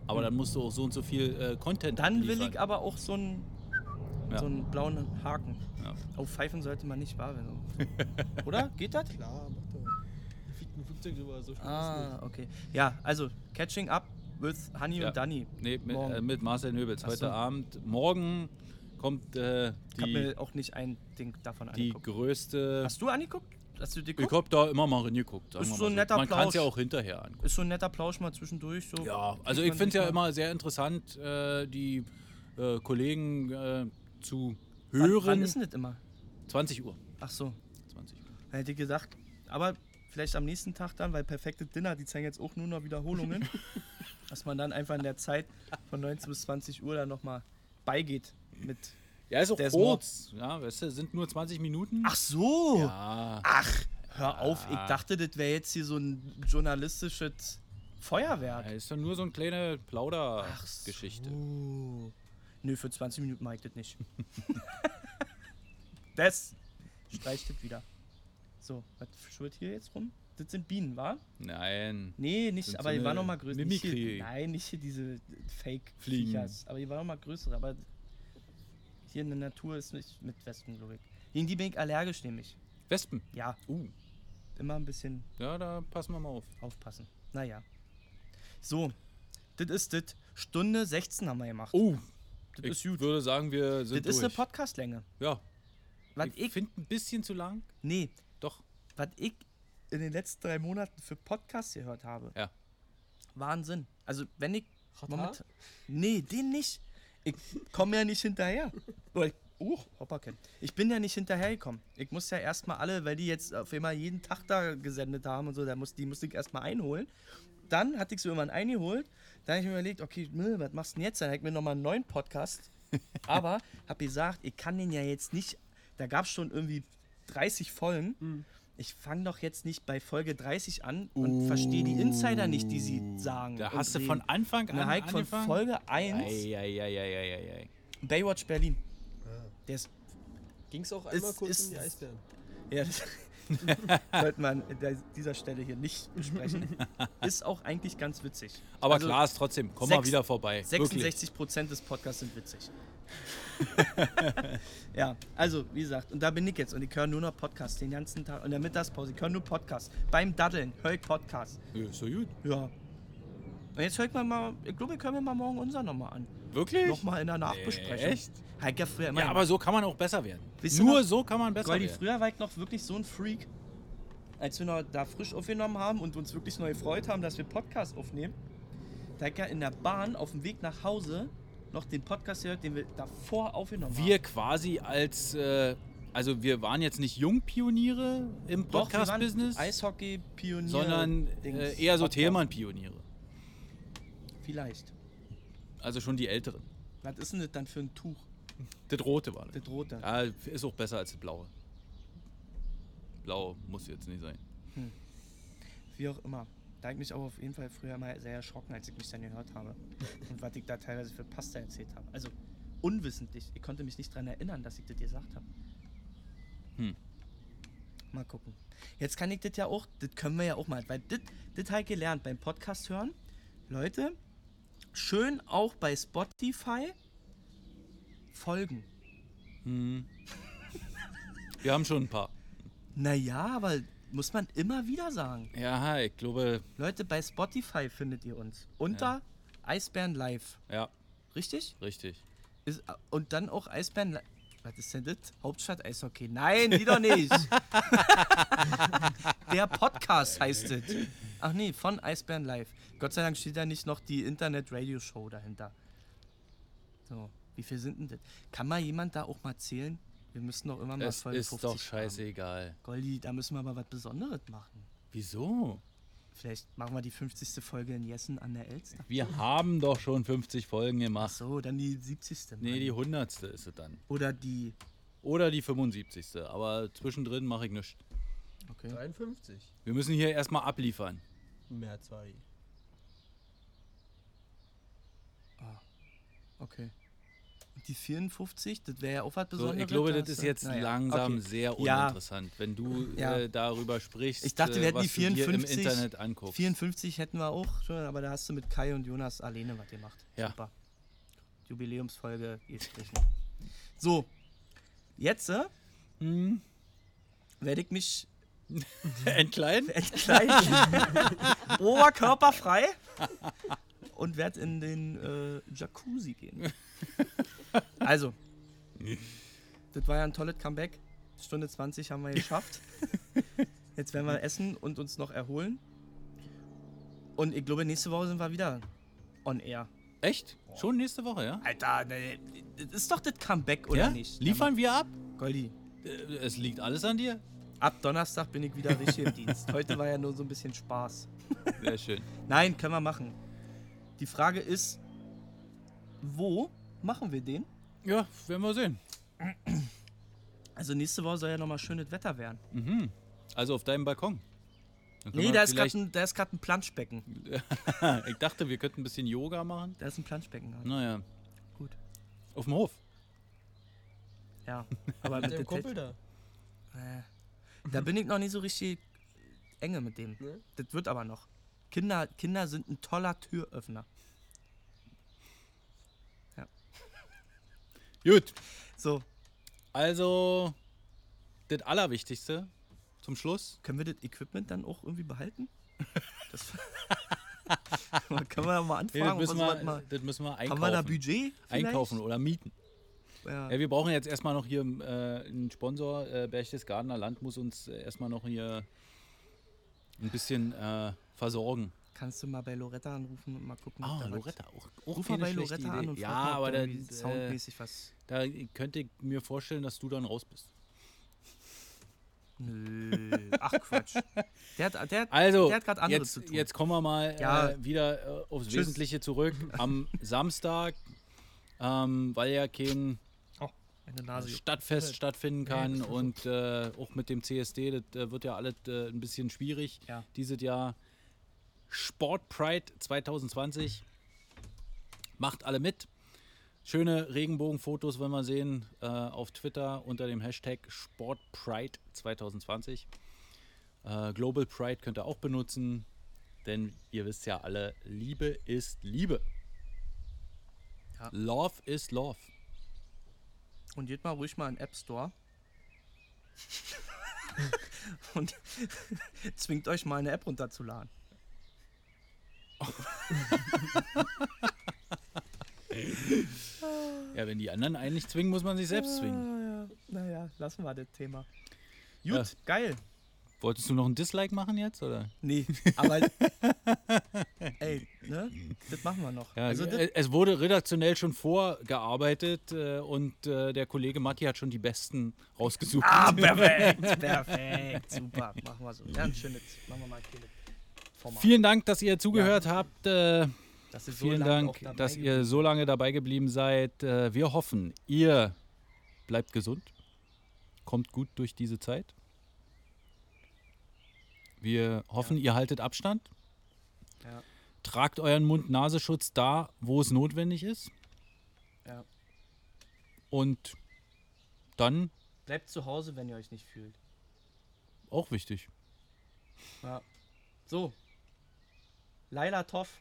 C: Aber dann musst du auch so und so viel äh, Content
A: Hm. Dann
C: liefern.
A: will ich aber auch so einen,
C: Ja.
A: so einen blauen Haken.
C: Ja.
A: Oh, pfeifen sollte man nicht, wahr? Oder? Geht das?
B: Klar, macht doch. Da fliegt ein Flugzeug drüber, so schlimm ist
A: Ah,
B: nicht.
A: okay. Ja, also Catching Up with Honey
C: Ja.
A: und Danny.
C: Nee, mit,
A: Morgen.
C: äh, mit Marcel Nöbels.
A: Ach
C: Heute
A: so.
C: Abend, morgen kommt äh,
A: Ich habe
C: die,
A: mir auch nicht ein Ding davon
C: die
A: angeguckt.
C: größte.
A: Hast du angeguckt? Hast du dir
C: Ich
A: geguckt?
C: hab da immer mal reingeguckt. sagen
A: Ist
C: wir
A: so
C: mal
A: ein netter
C: Man kann es ja
A: Plausch.
C: auch hinterher angucken.
A: Ist so ein netter Plausch mal zwischendurch. So
C: Ja, also
A: Geht man
C: ich finde es
A: sich
C: ja
A: mal-
C: immer sehr interessant, äh, die äh, Kollegen äh, zu
A: Wann-
C: hören.
A: Wann ist denn das immer?
C: 20 Uhr.
A: Ach so.
C: 20 Uhr.
A: Dann Hätte ich gedacht, aber vielleicht am nächsten Tag dann, weil perfekte Dinner, die zeigen jetzt auch nur noch Wiederholungen, dass man dann einfach in der Zeit von 19 bis 20 Uhr dann nochmal beigeht mit.
C: Ja, ist auch
A: Der ist
C: kurz. ja, weißt du, sind nur 20 Minuten.
A: Ach so!
C: Ja,
A: Ach, hör auf, ich dachte, das wäre jetzt hier so ein journalistisches Feuerwerk.
C: ja, ist doch nur so eine kleine
A: Ach so.
C: Plaudergeschichte.
A: Nö, für 20 Minuten mag ich das nicht. das streicht das wieder. So, was schwirrt hier jetzt rum? Das sind Bienen, wa?
C: Nein.
A: Nee, nicht,
C: Sind
A: aber
C: so
A: die waren
C: eine
A: noch mal größer. Nicht
C: Mimikry.
A: hier, nein, nicht hier diese
C: Fliegen.
A: Fake-Viechers. Aber die waren noch mal größere. Aber hier in der Natur ist nicht mit Wespen, glaube ich. Gegen die bin ich allergisch, nämlich.
C: Wespen.
A: Ja,
C: Uh,
A: immer ein bisschen
C: ja, da passen wir mal auf.
A: aufpassen. Naja. So, das ist das. Stunde 16 haben wir gemacht.
C: Oh,
A: das
C: ich
A: ist gut.
C: würde sagen, wir
A: Das
C: sind
A: ist eine
C: durch.
A: Podcast-Länge.
C: ja,
A: Was
C: ich
A: ich,
C: finde ein bisschen zu lang.
A: nee,
C: Doch,
A: was ich in den letzten drei Monaten für Podcasts gehört habe.
C: Ja.
A: Wahnsinn. Also, wenn ich.
B: Hot
A: Moment, nee, den nicht. Ich komme ja nicht hinterher. Oder ich- Uh, Hopperken. Ich bin ja nicht hinterhergekommen. Ich muss ja erstmal alle, weil die jetzt auf einmal jeden Tag da gesendet haben und so, da muss, die musste ich erstmal einholen. Dann hatte ich so irgendwann eingeholt. Dann habe ich mir überlegt, okay, Müll, was machst du denn jetzt? Dann habe ich mir nochmal einen neuen Podcast. Aber habe gesagt, ich kann den ja jetzt nicht. Da gab es schon irgendwie 30 Folgen.
C: Hm.
A: Ich fange doch jetzt nicht bei Folge 30 an und verstehe die Insider nicht, die sie sagen.
C: Oh. da
A: und
C: hast du
A: reden.
C: von Anfang an
A: Na, Hike von
C: angefangen.
A: Folge 1,
C: Eieieiei.
A: Baywatch Berlin. Der ist
B: Ging's auch
A: Ist-
B: einmal kurz
A: ist-
B: um die Eisbären.
A: Ja, das sollte man an der- dieser Stelle hier nicht besprechen. Ist auch eigentlich ganz witzig.
C: Aber
A: Also,
C: klar ist trotzdem, komm mal
A: sechs-
C: wieder vorbei. Wirklich.
A: 66 Prozent des Podcasts sind witzig. ja, also wie gesagt, und da bin ich jetzt und ich höre nur noch Podcasts den ganzen Tag und der Mittagspause. Ich höre nur Podcasts. Beim Daddeln höre ich Podcasts.
C: Ja, So gut.
A: Ja. Und jetzt höre ich mal, mal ich glaube, können wir mal morgen unseren nochmal an.
C: Wirklich?
A: Nochmal in der Nachbesprechung.
C: Nee, echt?
A: Heike früher immer.
C: Ja, aber so kann man auch besser werden.
A: Wisst ihr
C: Nur
A: noch-
C: so kann man besser
A: Goldi,
C: werden.
A: früher war ich noch wirklich so ein Freak, als wir noch da frisch aufgenommen haben und uns wirklich neu gefreut haben, dass wir Podcast aufnehmen. Da ich ja in der Bahn auf dem Weg nach Hause noch den Podcast gehört, den wir davor aufgenommen
C: wir
A: haben.
C: quasi als, äh, also wir waren jetzt nicht Jungpioniere im
A: Doch, wir waren
C: Podcast-Business,
A: Eishockey-Pionier.
C: sondern
A: Dings.
C: äh, eher so
A: Podcast.
C: Themenpioniere.
A: Vielleicht.
C: Also schon die Älteren.
A: Was ist denn das dann für ein Tuch?
C: Das Rote war das.
A: Das rote.
C: Ja, ist auch besser als das Blaue. Blau muss jetzt nicht sein.
A: Wie auch immer. Da hab ich mich auch auf jeden Fall früher mal sehr erschrocken, als ich mich dann gehört habe. Und was ich da teilweise für Pasta erzählt habe. Also unwissentlich. Ich konnte mich nicht daran erinnern, dass ich das gesagt habe.
C: Hm.
A: Mal gucken. Jetzt kann ich das ja auch, das können wir ja auch mal, weil das das habe ich gelernt beim Podcast hören. Leute, schön auch bei Spotify folgen.
C: Wir haben schon ein paar.
A: Naja, aber muss man immer wieder sagen.
C: Ja, ich glaube,
A: Leute, bei Spotify findet ihr uns. Unter Eisbären Live.
C: ja,
A: Richtig?
C: richtig.
A: Ist, äh, und dann auch Eisbären. Was ist denn das? Hauptstadt Eishockey. Nein, die doch nicht. Der Podcast heißt es. Ach nee, von Eisbären Live. Gott sei Dank steht da nicht noch die Internet-Radio-Show dahinter. So, wie viel sind denn das? Kann mal jemand da auch mal zählen? Wir müssen doch immer mal
C: Es
A: Folge
C: ist doch
A: haben.
C: scheißegal.
A: Goldi, da müssen wir aber was Besonderes machen.
C: Wieso?
A: Vielleicht machen wir die 50. Folge in Jessen an der Elster.
C: Wir haben doch schon 50 Folgen
A: Ach
C: gemacht.
A: so, dann die 70. Mann.
C: Nee, die 100. ist es dann.
A: Oder die.
C: Oder die 75. Aber zwischendrin mache ich nichts.
A: Okay.
B: 53.
C: Wir müssen hier erstmal abliefern.
B: Mehr zwei.
A: Okay. Und die 54, das wäre ja auch was
C: So,
A: Besonderes.
C: ich glaube,
A: da
C: das
A: hast
C: ist
A: du-
C: jetzt
A: Naja,
C: langsam
A: okay.
C: sehr
A: Ja.
C: uninteressant, wenn du
A: Ja.
C: äh, darüber sprichst.
A: Ich dachte, wir
C: äh,
A: hätten
C: was
A: die
C: du dir
A: 54
C: im Internet anguckst.
A: 54 hätten wir auch schon, aber da hast du mit Kai und Jonas alleine was gemacht.
C: Ja.
A: Super. Jubiläumsfolge, ihr strichen. So, jetzt äh,
C: Hm,
A: werde ich mich
C: entkleiden?
A: entkleiden, oberkörperfrei und werde in den äh, Jacuzzi gehen. Also, das war ja ein tolles Comeback. Stunde 20 haben wir geschafft. Jetzt werden wir essen und uns noch erholen. Und ich glaube, nächste Woche sind wir wieder on air.
C: Echt? Schon nächste Woche, ja?
A: Alter, ne, das ist doch das Comeback, oder
C: ja?
A: nicht?
C: Liefern wir ab?
A: Goldi,
C: Äh, Es liegt alles an dir?
A: ab Donnerstag bin ich wieder richtig im Dienst. Heute war ja nur so ein bisschen Spaß.
C: Sehr schön.
A: Nein, können wir machen. Die Frage ist, wo machen wir den?
C: Ja, werden wir sehen.
A: Also nächste Woche soll ja nochmal schönes Wetter werden.
C: Mhm. Also auf deinem Balkon. Dann können
A: Nee,
C: wir
A: da ist
C: vielleicht-
A: gerade ein, da ist grad ein Planschbecken.
C: Ich dachte, wir könnten ein bisschen Yoga machen.
A: Da ist ein Planschbecken. dran.
C: Naja,
A: Gut.
C: auf dem Hof.
A: Ja, aber
B: Mit
A: mit
B: dem
A: dem
B: Kumpel
A: Tech-
B: da.
A: äh, Da bin ich noch nie so richtig enge mit dem.
B: Ne?
A: Das wird aber noch. Kinder, Kinder sind ein toller Türöffner.
C: Gut.
A: So,
C: Also, das Allerwichtigste zum Schluss.
A: können wir das Equipment dann auch irgendwie behalten? Das Man kann man ja mal
C: Nee,
A: anfragen,
C: das,
A: ob
C: müssen
A: sowas
C: wir,
A: mal-
C: das müssen wir einkaufen.
A: haben wir da Budget? vielleicht?
C: einkaufen oder mieten.
A: Ja.
C: Ja, wir brauchen jetzt erstmal noch hier äh, einen Sponsor. Äh, Berchtesgadener Land muss uns äh, erstmal noch hier ein bisschen äh, versorgen.
A: Kannst du mal bei Loretta anrufen und mal gucken,
C: Ah,
A: ob da was-
C: Auch,
A: Ruf mal bei Loretta an und
C: Ja,
A: frag mal, ob
C: aber
A: da
C: da,
A: irgendwie
C: äh,
A: soundmäßig was.
C: da könnte ich mir vorstellen, dass du dann raus bist.
A: Nö. Ach Quatsch. Der hat, der hat,
C: Also,
A: der hat gerade anderes
C: jetzt,
A: zu tun.
C: jetzt kommen wir mal
A: Ja.
C: äh, wieder äh, aufs
A: Tschüss.
C: Wesentliche zurück. Am Samstag, ähm, weil ja kein
A: Oh, meine Nase. juckt.
C: Stadtfest stattfinden kann und äh, auch mit dem CSD, das äh, wird ja alles äh, ein bisschen schwierig
A: Ja.
C: dieses Jahr. Sport Pride 2020. Macht alle mit. Schöne Regenbogenfotos, wenn wir sehen, äh, auf Twitter unter dem Hashtag Sport Pride 2020. Äh, Global Pride könnt ihr auch benutzen, denn ihr wisst ja alle, Liebe ist Liebe.
A: Ja.
C: Love is Love.
A: Und geht mal ruhig mal in den App Store. und zwingt euch mal eine App runterzuladen.
C: Ja, wenn die anderen einen nicht zwingen, muss man sich selbst zwingen.
A: Naja, Ah, naja, lassen wir das Thema. Gut,
C: Ja.
A: geil.
C: Wolltest du noch ein Dislike machen jetzt? Oder?
A: Nee, aber. ey, ne? Das machen wir noch.
C: Ja,
A: also, das,
C: äh, es wurde redaktionell schon vorgearbeitet äh, und äh, der Kollege Matti hat schon die besten rausgesucht.
A: Ah, perfekt, perfekt, super, machen wir so. Ja, ein schönes, machen wir mal ein schönes Format.
C: Vielen Dank, dass ihr zugehört habt. Äh,
A: dass ihr so
C: vielen
A: lange auch
C: Dank,
A: dabei
C: dass
A: geblieben
C: ihr so lange dabei geblieben seid. Äh, wir hoffen, ihr bleibt gesund, kommt gut durch diese Zeit. Wir hoffen, ihr haltet Abstand.
A: Ja.
C: Tragt euren Mund-Nasenschutz da, wo es notwendig ist.
A: Ja.
C: Und dann
A: seid. Bleibt zu Hause, wenn ihr euch nicht fühlt.
C: auch wichtig.
A: Ja. So. Laila Toff.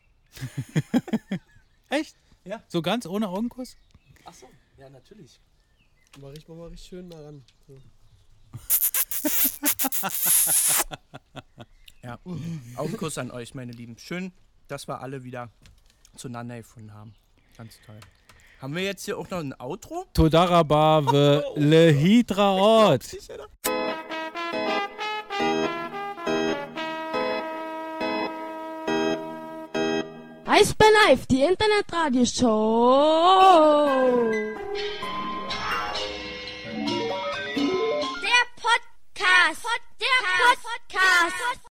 C: Echt?
A: Ja.
C: So ganz ohne Augenkuss?
A: Achso, ja, natürlich.
B: Mach ich mach mal richtig schön da ran. So.
A: Ja. Auch ein Kuss an euch, meine Lieben. Schön, dass wir alle wieder zueinander gefunden haben. Ganz toll. Haben wir jetzt hier auch noch ein Outro?
C: Todarabave le Hidraort.
F: Eisbär Live, die Internetradioshow.